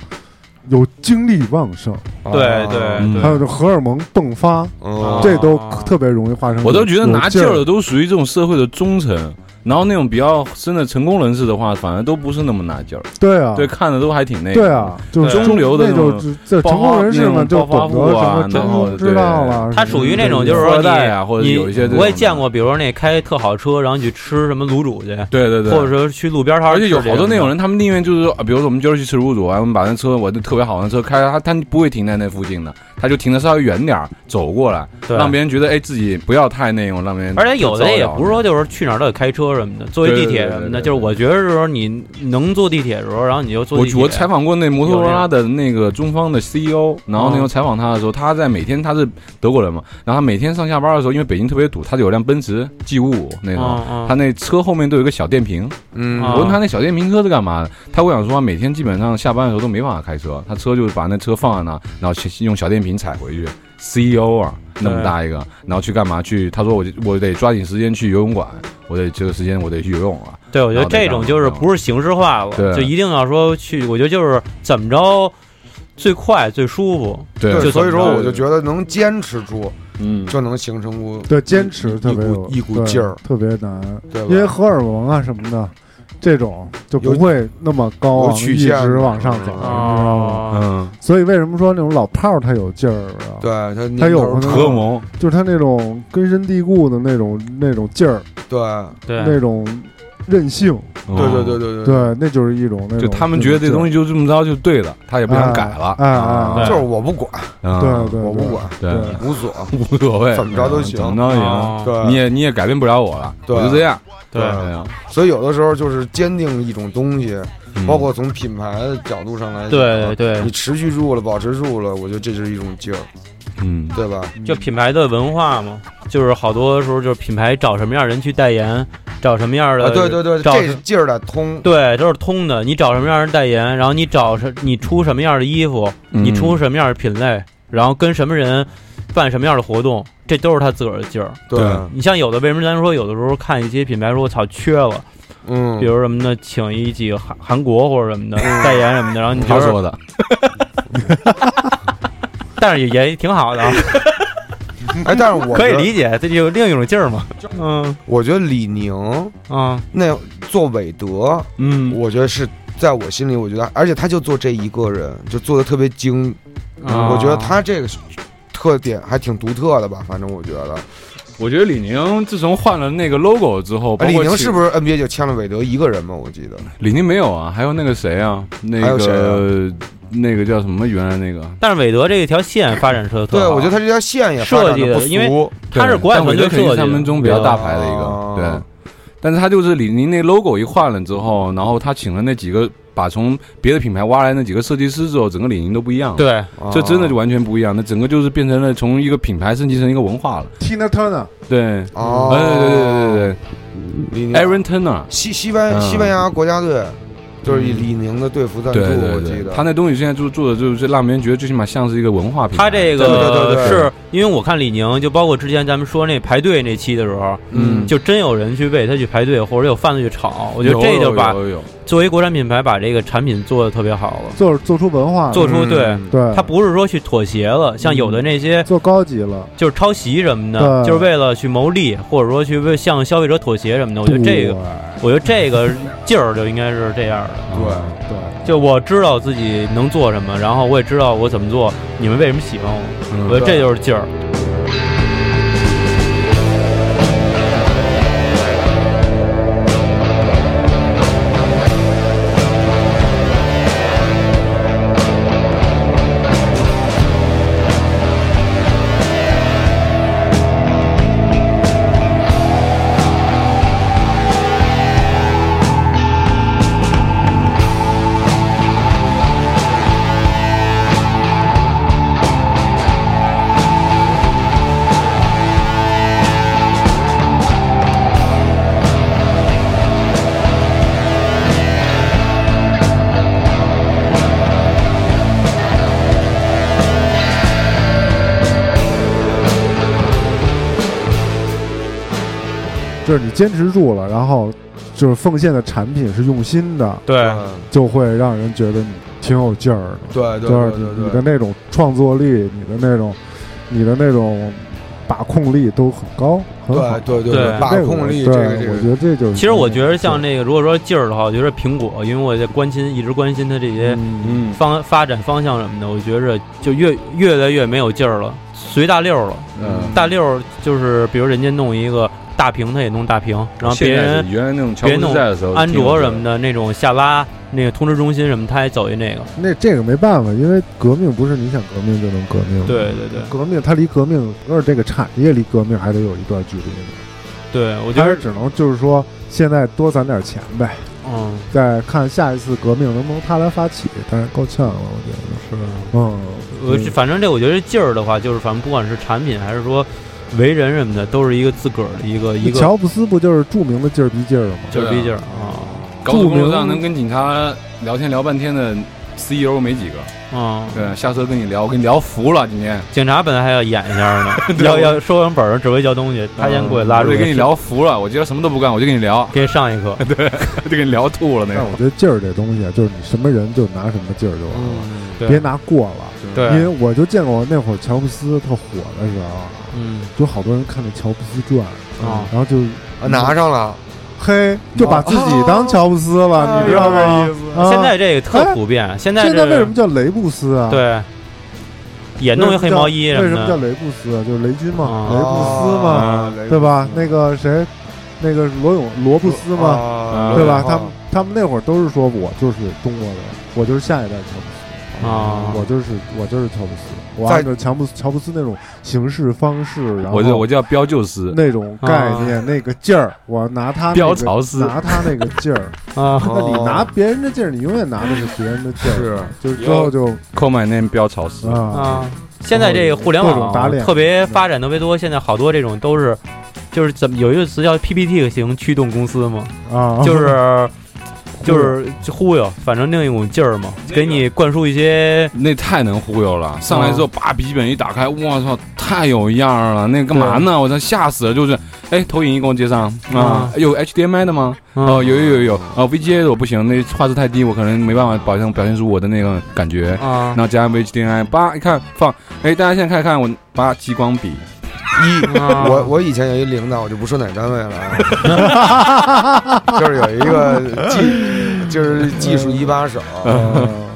C: 有精力旺盛，
D: 对
A: 啊
D: 对啊
E: 嗯
D: 对
C: 还有这荷尔蒙迸发，
A: 嗯
C: 这都特别容易发生。
E: 啊我都觉得拿
C: 嗯劲
E: 劲儿的都属于这种社会的中层，然后那种比较真的成功人士的话，反而都不是那么拿劲儿，
C: 对啊，
E: 对，看着都还挺那个。
C: 对啊，就是
E: 中流的
C: 那
E: 那种
C: 就是这成功人士们就懂得
E: 暴发户啊
C: 什么
E: 然后
C: 成功之道了。
D: 他属于那种就是
E: 富
D: 说
E: 二
D: 你
E: 代啊或者有一些这
D: 你
E: 种
D: 我也
E: 的
D: 见过，比如说那开特好车，然后你去吃什么卤煮去，
E: 对对对，
D: 或者说去路边摊儿
E: 而
D: 吃
E: 且
D: 这
E: 有
D: 种的，
E: 好多那种人，他们宁愿就是说，啊比如说我们今儿去吃卤煮啊，我们把那车我那特别好的车开，他他不会停在那附近的，他就停的稍微远点儿，走过来，
D: 对
E: 让别人觉得哎自己不要太那种，让别人
D: 而且有的也不是
E: 是
D: 说就是去哪儿都得开车什么的，坐一地铁什
E: 对对
D: 么的，
E: 对对对
D: 就是我觉得是说你能坐地铁的时候，然后你就坐
E: 我
D: 地
E: 我
D: 铁。
E: 采访过那摩托罗拉的那个中方的 CEO，然后那时候采访他的时候，他在每天他是德国人嘛，然后他每天上下班的时候，因为北京特别堵，他有辆奔驰 G 5 5那种，
D: 嗯
E: 他那车后面都有一个小电瓶，
A: 嗯
D: 啊
E: 我问他那小电瓶车是干嘛的，他跟我讲说他每天基本上下班的时候都没办法开车，他车就是把那车放在那，然后用小电瓶踩回去。CEO 啊，那么大一个，然后去干嘛？去他说我我得抓紧时间去游泳馆，我得这个时间我得去游泳了。
D: 对，我觉得这种就是不是形式化
E: 对
D: 了，就一定要说去，我觉得就是怎么着最快最舒服。
E: 对，
A: 对，
D: 就
A: 所以说
D: 怎么着
A: 我就觉得能坚持住，
E: 嗯，
A: 就能形成股
C: 对，坚持特别
A: 一
C: 有
A: 股一股劲儿，
C: 对特别难，
A: 对吧？
C: 因为荷尔蒙啊什么的，这种就不会那么高
A: 有
C: 昂，
A: 曲
C: 一
A: 线的啊
C: 直往上走，你知道吗？
D: 哦，
E: 嗯，
C: 所以为什么说那种老炮儿他有劲儿啊？
A: 对他
C: 他有可能
E: 荷尔蒙，
C: 就是他那种根深蒂固的那种那种劲儿，
A: 对
D: 对，
C: 那种韧性，
D: 嗯
A: 对对对对对，
C: 对，那就是一种那种。
E: 就他们觉得这东
C: 西
E: 西就这么着就对了，他也不想改了。
C: 哎哎，
A: 就
D: 对
A: 是我不管，
E: 嗯
C: 对对，
A: 我不管，
E: 啊对
C: 对
A: 无所，
E: 无所谓，
A: 啊怎么着都行
E: 怎么着也
D: 哦
A: 对，
E: 行，你也你也改变不了我了，
A: 对
E: 我就这样。
A: 对
E: 啊，
A: 所以有的时候就是坚定一种东西，
E: 嗯
A: 包括从品牌的角度上来讲，
D: 对对
A: 你持续住了，保持住了，我觉得这就是一种劲儿，
E: 嗯，
A: 对吧？
D: 就品牌的文化嘛，就是好多时候就是品牌找什么样人去代言，找什么样
A: 啊，
D: 的
A: 对对对，
D: 找
A: 这劲儿得通，
D: 对，都是通的。你找什么样的代言，然后你找什，你出什么样的衣服，
E: 嗯
D: 你出什么样的品类，然后跟什么人办什么样的活动，这都是他自个儿的劲儿。
A: 对，
D: 你像有的为什么咱说有的时候看一些品牌说我操缺了，
A: 嗯
D: 比，如什么的，请一几个韩韩国或者什么的代言什么的，然后你觉
E: 嗯他
D: 得，
E: 说的，
D: 但是也也挺好的啊，
A: 哎，但是我
D: 可以
A: 觉得
D: 理解，这就另一种劲儿嘛。嗯
A: 我觉得李宁
D: 啊
A: 那做韦德，
E: 嗯，
A: 我觉得是在我心里，我觉得，而且他就做这一个人，就做的特别精。
D: 啊
A: 我觉得他这个是特点还挺独特的吧，反正我觉得。
E: 我觉得李宁自从换了那个 logo 之后，
A: 哎
E: 包
A: 李
E: 括
A: 宁
E: 其
A: 是不是 NBA 就签了韦德一个人嘛？我记得
E: 李宁没有啊？还有那个谁啊？那
A: 还有谁
E: 个、那个叫什么？原来那个
D: 但是韦德这一条线发展出来特
A: 对，
D: 好
A: 我觉得他这条线也发展得不
D: 设计的因为
A: 俗
D: 他是
E: 对
D: 国外
E: 但
D: 团
E: 我觉
D: 队
E: 得肯定是
D: 设计的
E: 他们中比较大牌的一
A: 哦
E: 个，对。但是他就是李宁那 logo 一换了之后，然后他请了那几个把从别的品牌挖来那几个设计师之后，整个李宁都不一样了。，
D: 对
E: 这真的就完全不一样，那整个就是变成了从一个品牌升级成一个文化了。
C: Tina Turner，
E: 对，
A: 哦，
E: 哎，对对对
A: 李宁
E: 对对，Aaron Turner，
A: 西西班
E: 嗯
A: 西班牙国家队就是
C: 嗯
A: 以李宁的队服赞助，
E: 对
A: 我记
E: 对
A: 得
E: 对，他那东西现在做做的就是让别人觉得最起码像是一个文化品牌。
D: 他这
A: 对对对
D: 个
A: 对
D: 是因为我看李宁，就包括之前咱们说那排队那期的时候，
E: 嗯
D: 就真有人去为他去排队，或者有贩子去炒。我觉得这就把
E: 有嗯有有有
D: 作为国产品牌，把这个产品做的特别好了，
C: 做做出文化了，
D: 做出对，
E: 嗯
C: 对，
D: 他不是说去妥协了，像有的那些
C: 做高级了，
D: 就是抄袭什么的，
C: 对
D: 就是为了去谋利，或者说去为向消费者妥协什么的。我觉得这个，我觉得这个劲儿就应该是这 样的。
A: 对，
C: 对对
D: 就我知道自己能做什么，然后我也知道我怎么做，你们为什么喜欢我？
E: 嗯
D: 我觉得这就是劲儿。
C: 就是你坚持住了，然后就是奉献的产品是用心的，
D: 对
E: 嗯
C: 就会让人觉得你挺有劲儿的，
A: 嗯对对
C: 就是
A: 对
C: 你
A: 对
C: 你的
A: 对，
C: 那种创作力，你的那种你的那种把控力都很高，很好
A: 对。对对
D: 对
A: 把
C: 这个
A: 控力这
C: 对
A: 个这
C: 我
A: 个
C: 觉得这就是。
D: 其实我觉得像那个，如果说劲儿的话，我觉得苹果，因为我在关心，一直关心它这些
C: 嗯，
E: 嗯，
D: 方发展方向什么的，我觉着就越越来越没有劲儿了，随大溜儿了。
E: 嗯
D: 大溜儿就是，比如人家弄一个大屏，他也弄大屏，然后别
E: 哦现在
D: 人
E: 是原来那种乔
D: 别
E: 布
D: 弄
E: 斯在的时候，
D: 安卓什么
E: 的，
D: 的那种下拉那个通知中心什么，他也走一那个。
C: 那这个没办法，因为革命不是你想革命就能革命。
D: 对，对对
C: 革命它离革命，而这个产业离革命还得有一段距离呢。
D: 对，我觉
C: 还
D: 得
C: 是只能就是说，现在多攒点钱呗，
D: 嗯
C: 再看下一次革命能不能他来发起，但是够呛了，我觉得。
D: 是，
C: 嗯，
D: 我是反正这我觉得劲儿的话，就是反正不管是产品还是说为人什么的，都是一个自个儿的一个一个
C: 乔布斯不就是著名的劲儿逼劲儿吗？
D: 劲儿
E: 对
D: 逼
E: 啊
D: 劲儿啊
E: 高速公路上能跟警察聊天聊半天的 CEO 没几个，
D: 啊！
E: 对，下车跟你聊，我跟你聊服了今天，
D: 警察本来还要演一下 呢，要要收完本儿指挥交东西，他先过去拉
E: 我
D: 住
E: 就
D: 我，
E: 嗯跟你聊服了，我今天什么都不干，我就跟你聊，
D: 给上一课。
E: 就跟你聊吐了那
C: 但
E: 种
C: 我。觉得劲儿这东西啊，就是你什么人就拿什么劲儿就完了，
D: 嗯对
C: 嗯别拿过了。
D: 对
C: 因为我就见过那会儿乔布斯特火的时候，啊
D: 嗯
C: 就好多人看那乔布斯传，
D: 啊
C: 然后就
A: 啊拿上了，
C: 嘿就把自己当乔布斯了，你知道吗？啊哎
D: 现在这个特普遍，现在
C: 现在
D: 这
C: 为什么叫雷布斯啊？
D: 对也
C: 为什么叫，
D: 弄一黑毛衣
C: 为什么
D: 么
C: 叫
D: 的？
C: 雷布斯啊？就是雷军嘛，
D: 啊
C: 雷布斯嘛，
A: 啊
C: 对吧？那个谁，那个罗永罗布斯嘛，
A: 啊
C: 对吧？
A: 啊
C: 他们他们那会儿都是说我就是中国人，我就是下一代乔布斯
D: 啊
C: 我就是我就是乔布斯，我
A: 在
C: 按照乔布斯乔布斯那种行事方式，然后
E: 我就我叫标旧师，
C: 那种概念那个劲儿，我拿他那个
E: 标潮斯
C: 拿他那个劲儿，
D: 啊
C: 那你拿别人的劲儿，你永远拿的是别人的劲儿，
E: 是
C: 就是最后就
E: 扣买那标潮师，
C: 啊，
D: 啊！现在这个互联
C: 各种
D: 网
C: 打脸
D: 特别发展特别多，现在好多这种都是，就是怎么有一个词叫 PPT 型驱动公司嘛，
C: 啊，
D: 就是就是忽悠，反正另一股劲儿嘛，给你灌输一些
A: 嗯
E: 那太能忽悠了。上来之后，叭，笔记本一打开，我操，太有样儿了，那个干嘛呢？我操，吓死了！就是，哎，投影仪给我接上啊，
A: 嗯
E: 有 HDMI 的吗？哦，有有有有，哦，VGA 的我不行，那画质太低，我可能没办法保证表现出我的那个感觉。
D: 啊
A: 嗯
E: 然后加上 VGA，叭一看放，哎，大家现在看一看我八激光笔，
A: 一，
D: 啊
A: 我我以前有一领导，我就不说哪单位了，啊，就是有一个技，就是技术一把手，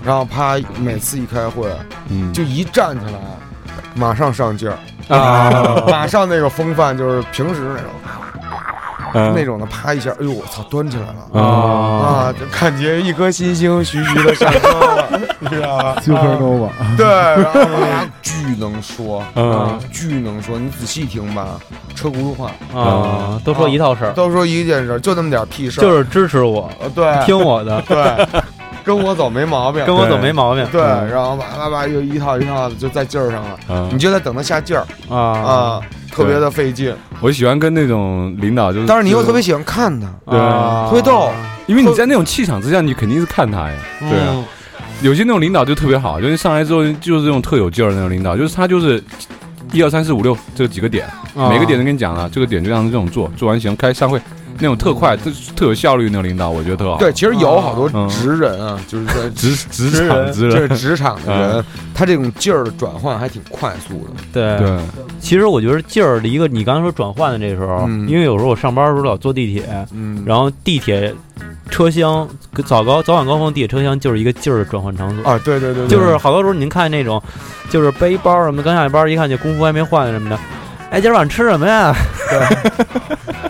A: 然后啪，每次一开会
E: 嗯，
A: 就一站起来，马上上劲儿，
D: 啊，
A: 马上那个风范就是平时那种那
E: 那
A: 种的，啪一下，哎呦我操，端起来了。
E: 啊，
A: 啊，就感觉一颗新星徐徐的上升了，你知道吧？
C: supernova，
A: 对，然后他巨能说，啊
E: 嗯
A: 巨能说，你仔细听吧，车轱辘话，
D: 啊，都说一套事儿，
A: 都说一件事儿，就那么点儿屁事儿，
D: 就是支持我，
A: 呃对，
D: 听嗯我的，
A: 对，跟我走没毛 病，
D: 跟我走没毛病
A: 对，然后叭叭叭又一套一套的就在劲儿上了，
E: 啊
A: 你就在等他下劲儿
D: 啊
A: 啊，特别的费劲。
E: 我喜欢跟那种领导就是，
A: 但是你又特别喜欢看他，
E: 对
D: 啊
A: 特别逗，
E: 因为你在那种气场之下，你肯定是看他呀。对啊，有些那种领导就特别好，就是上来之后就是这种特有劲儿的那种领导，就是他就是一二三四五六这几个点，
D: 啊
A: 嗯
E: 每个点都跟你讲了，这个点就让这种做，做完行开散会，那种特快、特特有效率的那种领导，我觉得特好。
A: 对，，其实有好多
E: 嗯
A: 职人啊，就是在
E: 职职场
A: 人，就
E: 之
A: 是
E: 人，
A: 职场的人，他这种劲儿的转换还挺快速的。
D: 对
E: 对，
D: 其实我觉得劲儿的一个，你刚才说转换的这时候，
A: 嗯
D: 因为有时候我上班的时候老坐地铁，
A: 嗯，
D: 然后地铁车厢早高早晚高峰地铁车厢就是一个劲儿的转换场所。
A: 啊，对对对，对
D: 就是好多时候您看那种，就是背包什么的，刚下班一看就功夫还没换什么的，哎，今儿晚上吃什么呀？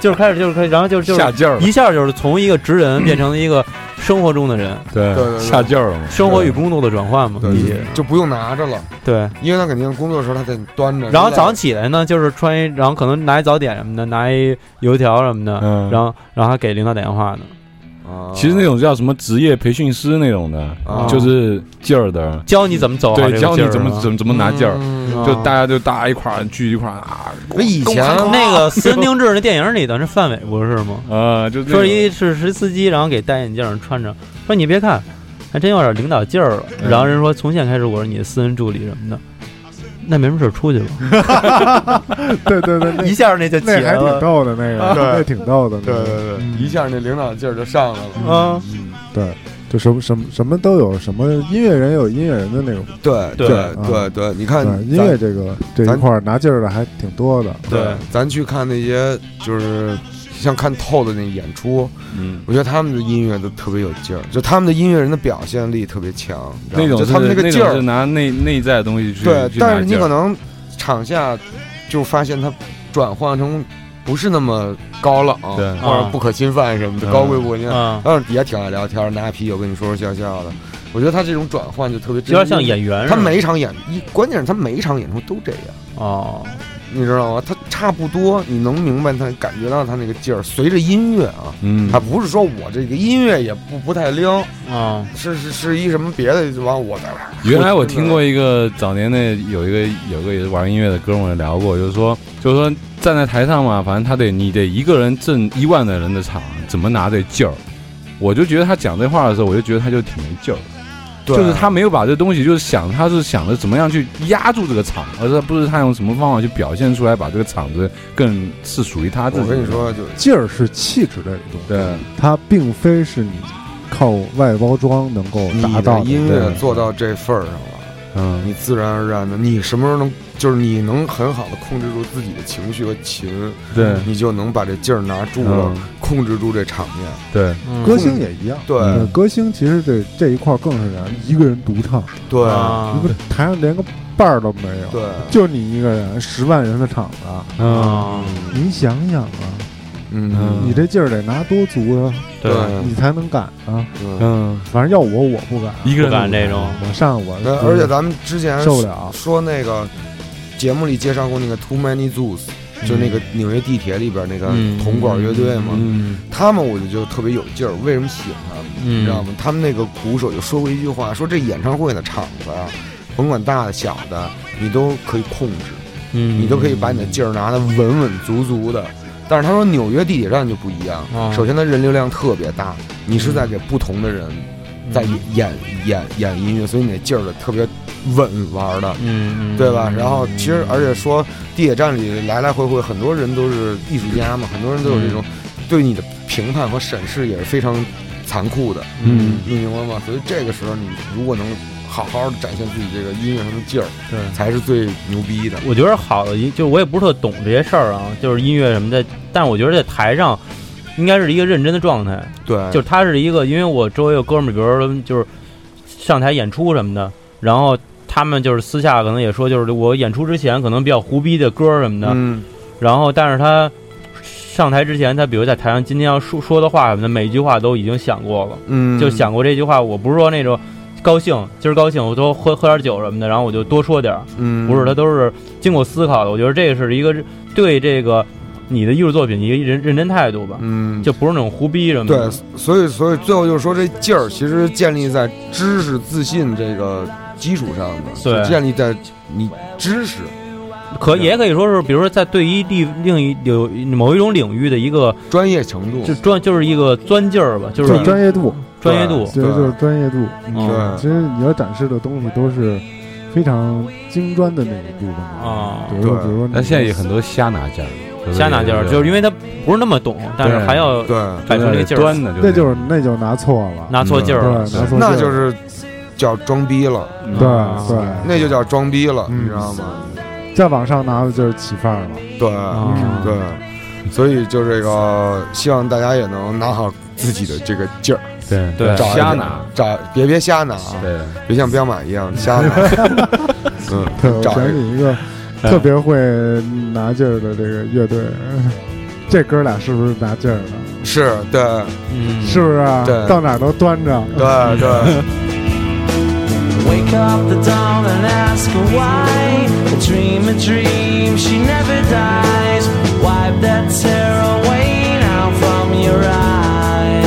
D: 就是开始就是开始，然后就就
E: 下
D: 是
E: 劲儿了，
D: 一下就是从一个职人变成了一个生活中的人，
E: 对
A: 对对对
E: 下劲儿了嘛，
D: 生活与工作的转换嘛，
A: 对
D: 理
A: 对
D: 解
A: 对就不用拿着了，
D: 对。
A: 因为他肯定工作的时候他得端着。
D: 然后早上起来呢，就是穿一，然后可能拿一早点什么的，拿一油条什么的，
E: 嗯
D: 啊然后然后还给领导打电话呢。
A: 啊
E: 其实那种叫什么职业培训师那种的，
A: 啊
E: 就是劲儿的，
D: 教你怎么走好这
E: 对，
D: 个啊
E: 教
D: 劲
E: 你
D: 儿
E: 怎么
D: 啊
E: 怎么怎么拿劲儿，
A: 嗯
E: 就大家就大家一块儿聚一块儿啊，
A: 我以前
D: 那个私人定制那电影里的那范伟不是吗？
A: 啊
E: 呃，就那
D: 说
E: 种
D: 一是是司机，然后给戴眼镜穿着，说你别看，还真有点领导劲儿了。
E: 嗯
D: 然后人说从现在开始我是你的私人助理什么的，那没什么事儿出去吧。
C: 对对对，
D: 一
C: 那
D: 下那就起
C: 那
D: 来
C: 还挺
D: 了。
C: 逗的，那个
A: 对
C: 那挺逗的，那
A: 对
C: 个嗯
A: 对对，一下那领导劲儿就上来了。
D: 啊，
C: 对，就什么什么什么都有，什么音乐人有音乐人的那种，
A: 对
D: 对
E: 嗯
A: 对对，你看
C: 对，音
A: 咱
C: 乐这个这一
A: 咱
C: 块儿拿劲儿的还挺多的，
D: 对，
A: 咱去看那些就是像看透的那演出，
E: 嗯，
A: 我觉得他们的音乐都特别有劲儿，就他们的音乐人的表现力特别强，你知道吗
E: 那种
A: 就是他们个劲
E: 种是
A: 儿，
E: 拿内内在的东西去
A: 对
E: 去，拿
A: 但是你
E: 劲儿
A: 可能场下就发现他转换成不是那么高冷，
E: 对
A: 或者
D: 啊
A: 不可侵犯什么的，
E: 嗯
A: 高贵不可侵犯。
D: 啊，
A: 但是底下挺爱聊天，拿啤酒跟你说说笑笑的，我觉得他这种转换就特别
D: 有点像
A: 真
D: 演员似
A: 他
D: 的。
A: 每一场演一，关键是他每一场演出都这样。
D: 哦，
A: 你知道吗？他差不多，你能明白他感觉到他那个劲儿。随着音乐啊，
E: 嗯
A: 他不是说我这个音乐也不不太灵，
D: 啊
A: 是是是一什么别的，就往我这儿
E: 原来我听过一个早年的有一个有一个也是玩音乐的哥们儿聊过，就是说就是说站在台上嘛，反正他得你得一个人挣一万的人的场，怎么拿这劲儿？我就觉得他讲这话的时候，我就觉得他就挺没劲儿，就是他没有把这东西，就是想他是想着怎么样去压住这个场，而是不是他用什么方法去表现出来，把这个场子更是属于他自己
A: 我
E: 的。
A: 跟你说，就
C: 劲儿是气质这个东西，
E: 对，
C: 它并非是你靠外包装能够
A: 你
C: 达
A: 的
C: 到
A: 音
C: 对
A: 乐做到这份儿上了，
E: 嗯
A: 你自然而然的，你什么时候能就是你能很好的控制住自己的情绪和琴，
E: 对
A: 你就能把这劲儿拿住了，
E: 嗯
A: 控制住这场面。
E: 对
D: 嗯
C: 歌星也一样。
A: 对
C: 对，歌星其实这这一块儿更是这样，一个人独唱，
A: 对
D: 啊
C: 一个台上连个伴儿都没有，
A: 对，
C: 就你一个人，十万人的场子，
D: 啊，
C: 你想想啊，
A: 嗯，
C: 你这劲儿得拿多足啊，
D: 对，
C: 你才能敢啊。
A: 对
E: 嗯，
C: 反正要我，我不敢，
E: 一个人
D: 不敢这种
C: 我上我
A: 那而且咱们之前
C: 嗯受不了
A: 说那个节目里介绍过那个 Too Many Zoos，、就那个纽约地铁里边那个
D: 嗯
A: 铜管乐队嘛，
D: 嗯
A: 他们我就觉得特别有劲儿。为什么喜欢他们？你知道
D: 嗯
A: 吗？他们那个鼓手就说过一句话，说这演唱会的场子啊，甭管大的小的，你都可以控制，
D: 嗯，
A: 你都可以把你的劲儿拿得稳稳足足的。但是他说纽约地铁站就不一样，
D: 哦
A: 首先它人流量特别大，你是在给不同的人
D: 嗯
A: 在演演演演音乐，所以你那劲儿得特别稳玩的，
D: 嗯，嗯
A: 对吧？然后其实而且说地铁站里来来回回，很多人都是艺术家嘛，很多人都有这种
D: 嗯
A: 对你的评判和审视也是非常残酷的，
C: 嗯，
A: 你明白吗？所以这个时候你如果能好好的展现自己这个音乐上的劲儿，
D: 对
A: 才是最牛逼的。
D: 我觉得好的一，就是我也不是特懂这些事儿啊，就是音乐什么的，但是我觉得在台上应该是一个认真的状态，
A: 对，
D: 就是他是一个，因为我周围有哥们儿，比如说他们就是上台演出什么的，然后他们就是私下可能也说，就是我演出之前可能比较胡逼的歌什么的，
A: 嗯，
D: 然后但是他上台之前，他比如在台上今天要说说的话什么的，每一句话都已经想过了，
A: 嗯，
D: 就想过这句话，我不是说那种高兴，今儿高兴，我多喝喝点酒什么的，然后我就多说点儿，
A: 嗯，
D: 不是，他都是经过思考的。我觉得这个是一个对这个你的艺术作品一个认认真态度吧，
A: 嗯，
D: 就不是那种胡逼什么
A: 对
D: 的。，
A: 所以所以最后就是说，这劲儿其实建立在知识自信这个基础上的，
D: 对
A: 就建立在你知识，
D: 可也可以说是，比如说在对一地另一有某一种领域的一个
A: 专业程度，
D: 就专就是一个钻劲儿吧，就是
C: 就
D: 一
C: 专业度，
D: 专业度。
C: 其实就是专业度。
D: 嗯
C: 其实你要展示的东西都是非常精专的那一部分
D: 啊
C: 比如说
A: 对
C: 比如说你，
E: 但现在也很多瞎拿劲儿，就是
D: 瞎拿劲儿，
E: 有
D: 就是因为他不是那么懂，但是还要
A: 对，嗯
D: 摆出那个劲儿，
E: 呃端的，
C: 那就是那就拿错了，
D: 拿错劲
C: 对，
D: 儿
C: 拿
D: 了。
C: 错劲儿
A: 那就是叫装逼了，
C: 对对，
A: 那就叫装逼了，
C: 嗯
A: 你知道吗？
C: 再往上拿就是起范儿了。
A: 对
D: 啊
A: 对，所以就这个，希望大家也能拿好自己的这个劲儿，
E: 对
D: 对
A: 找一
E: 瞎
A: 点
E: 拿，
A: 找别别瞎拿啊，
E: 对，
A: 别像彪马一样瞎 拿，
C: 对，
A: 嗯，
C: 我
A: 找
C: 想
A: 一个
C: 起一个特别会拿劲儿的这个乐队，这哥俩是不是拿劲儿的？
A: 是对
D: 嗯，
C: 是不是啊
A: 对？
C: 到哪儿都端着。
A: 对对，
G: Wake up the dawn and ask her why. Dream a dream, she never dies. Wipe that tear away now from your eye.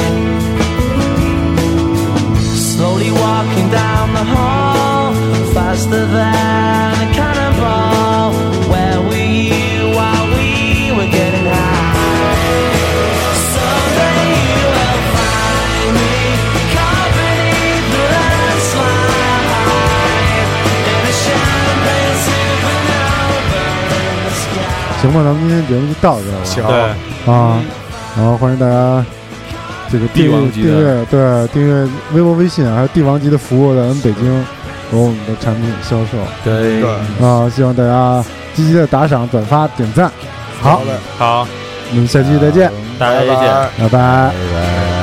G: Slowly walking down the hall, faster than a cannonball. Where were you while we were getting high? Someday you will find me caught beneath the landslide in a champagne supernova in the sky.
C: 行吧，咱们今天节目就到这儿了。
A: 行，
D: 对，
C: 啊，然后欢迎大家这个订
E: 帝王
C: 阅
E: 级
C: 订
E: 的
C: 阅对订阅微博、微信，还有帝王级的服务在咱们北京有我们的产品销售
E: 对
A: 对，
C: 啊，希望大家积极的打赏、转发、点赞。好，
A: 嘞，
D: 好，
C: 我们下期再见，
D: 大家再见。
A: 拜拜
E: 拜
C: 拜拜。
E: 拜。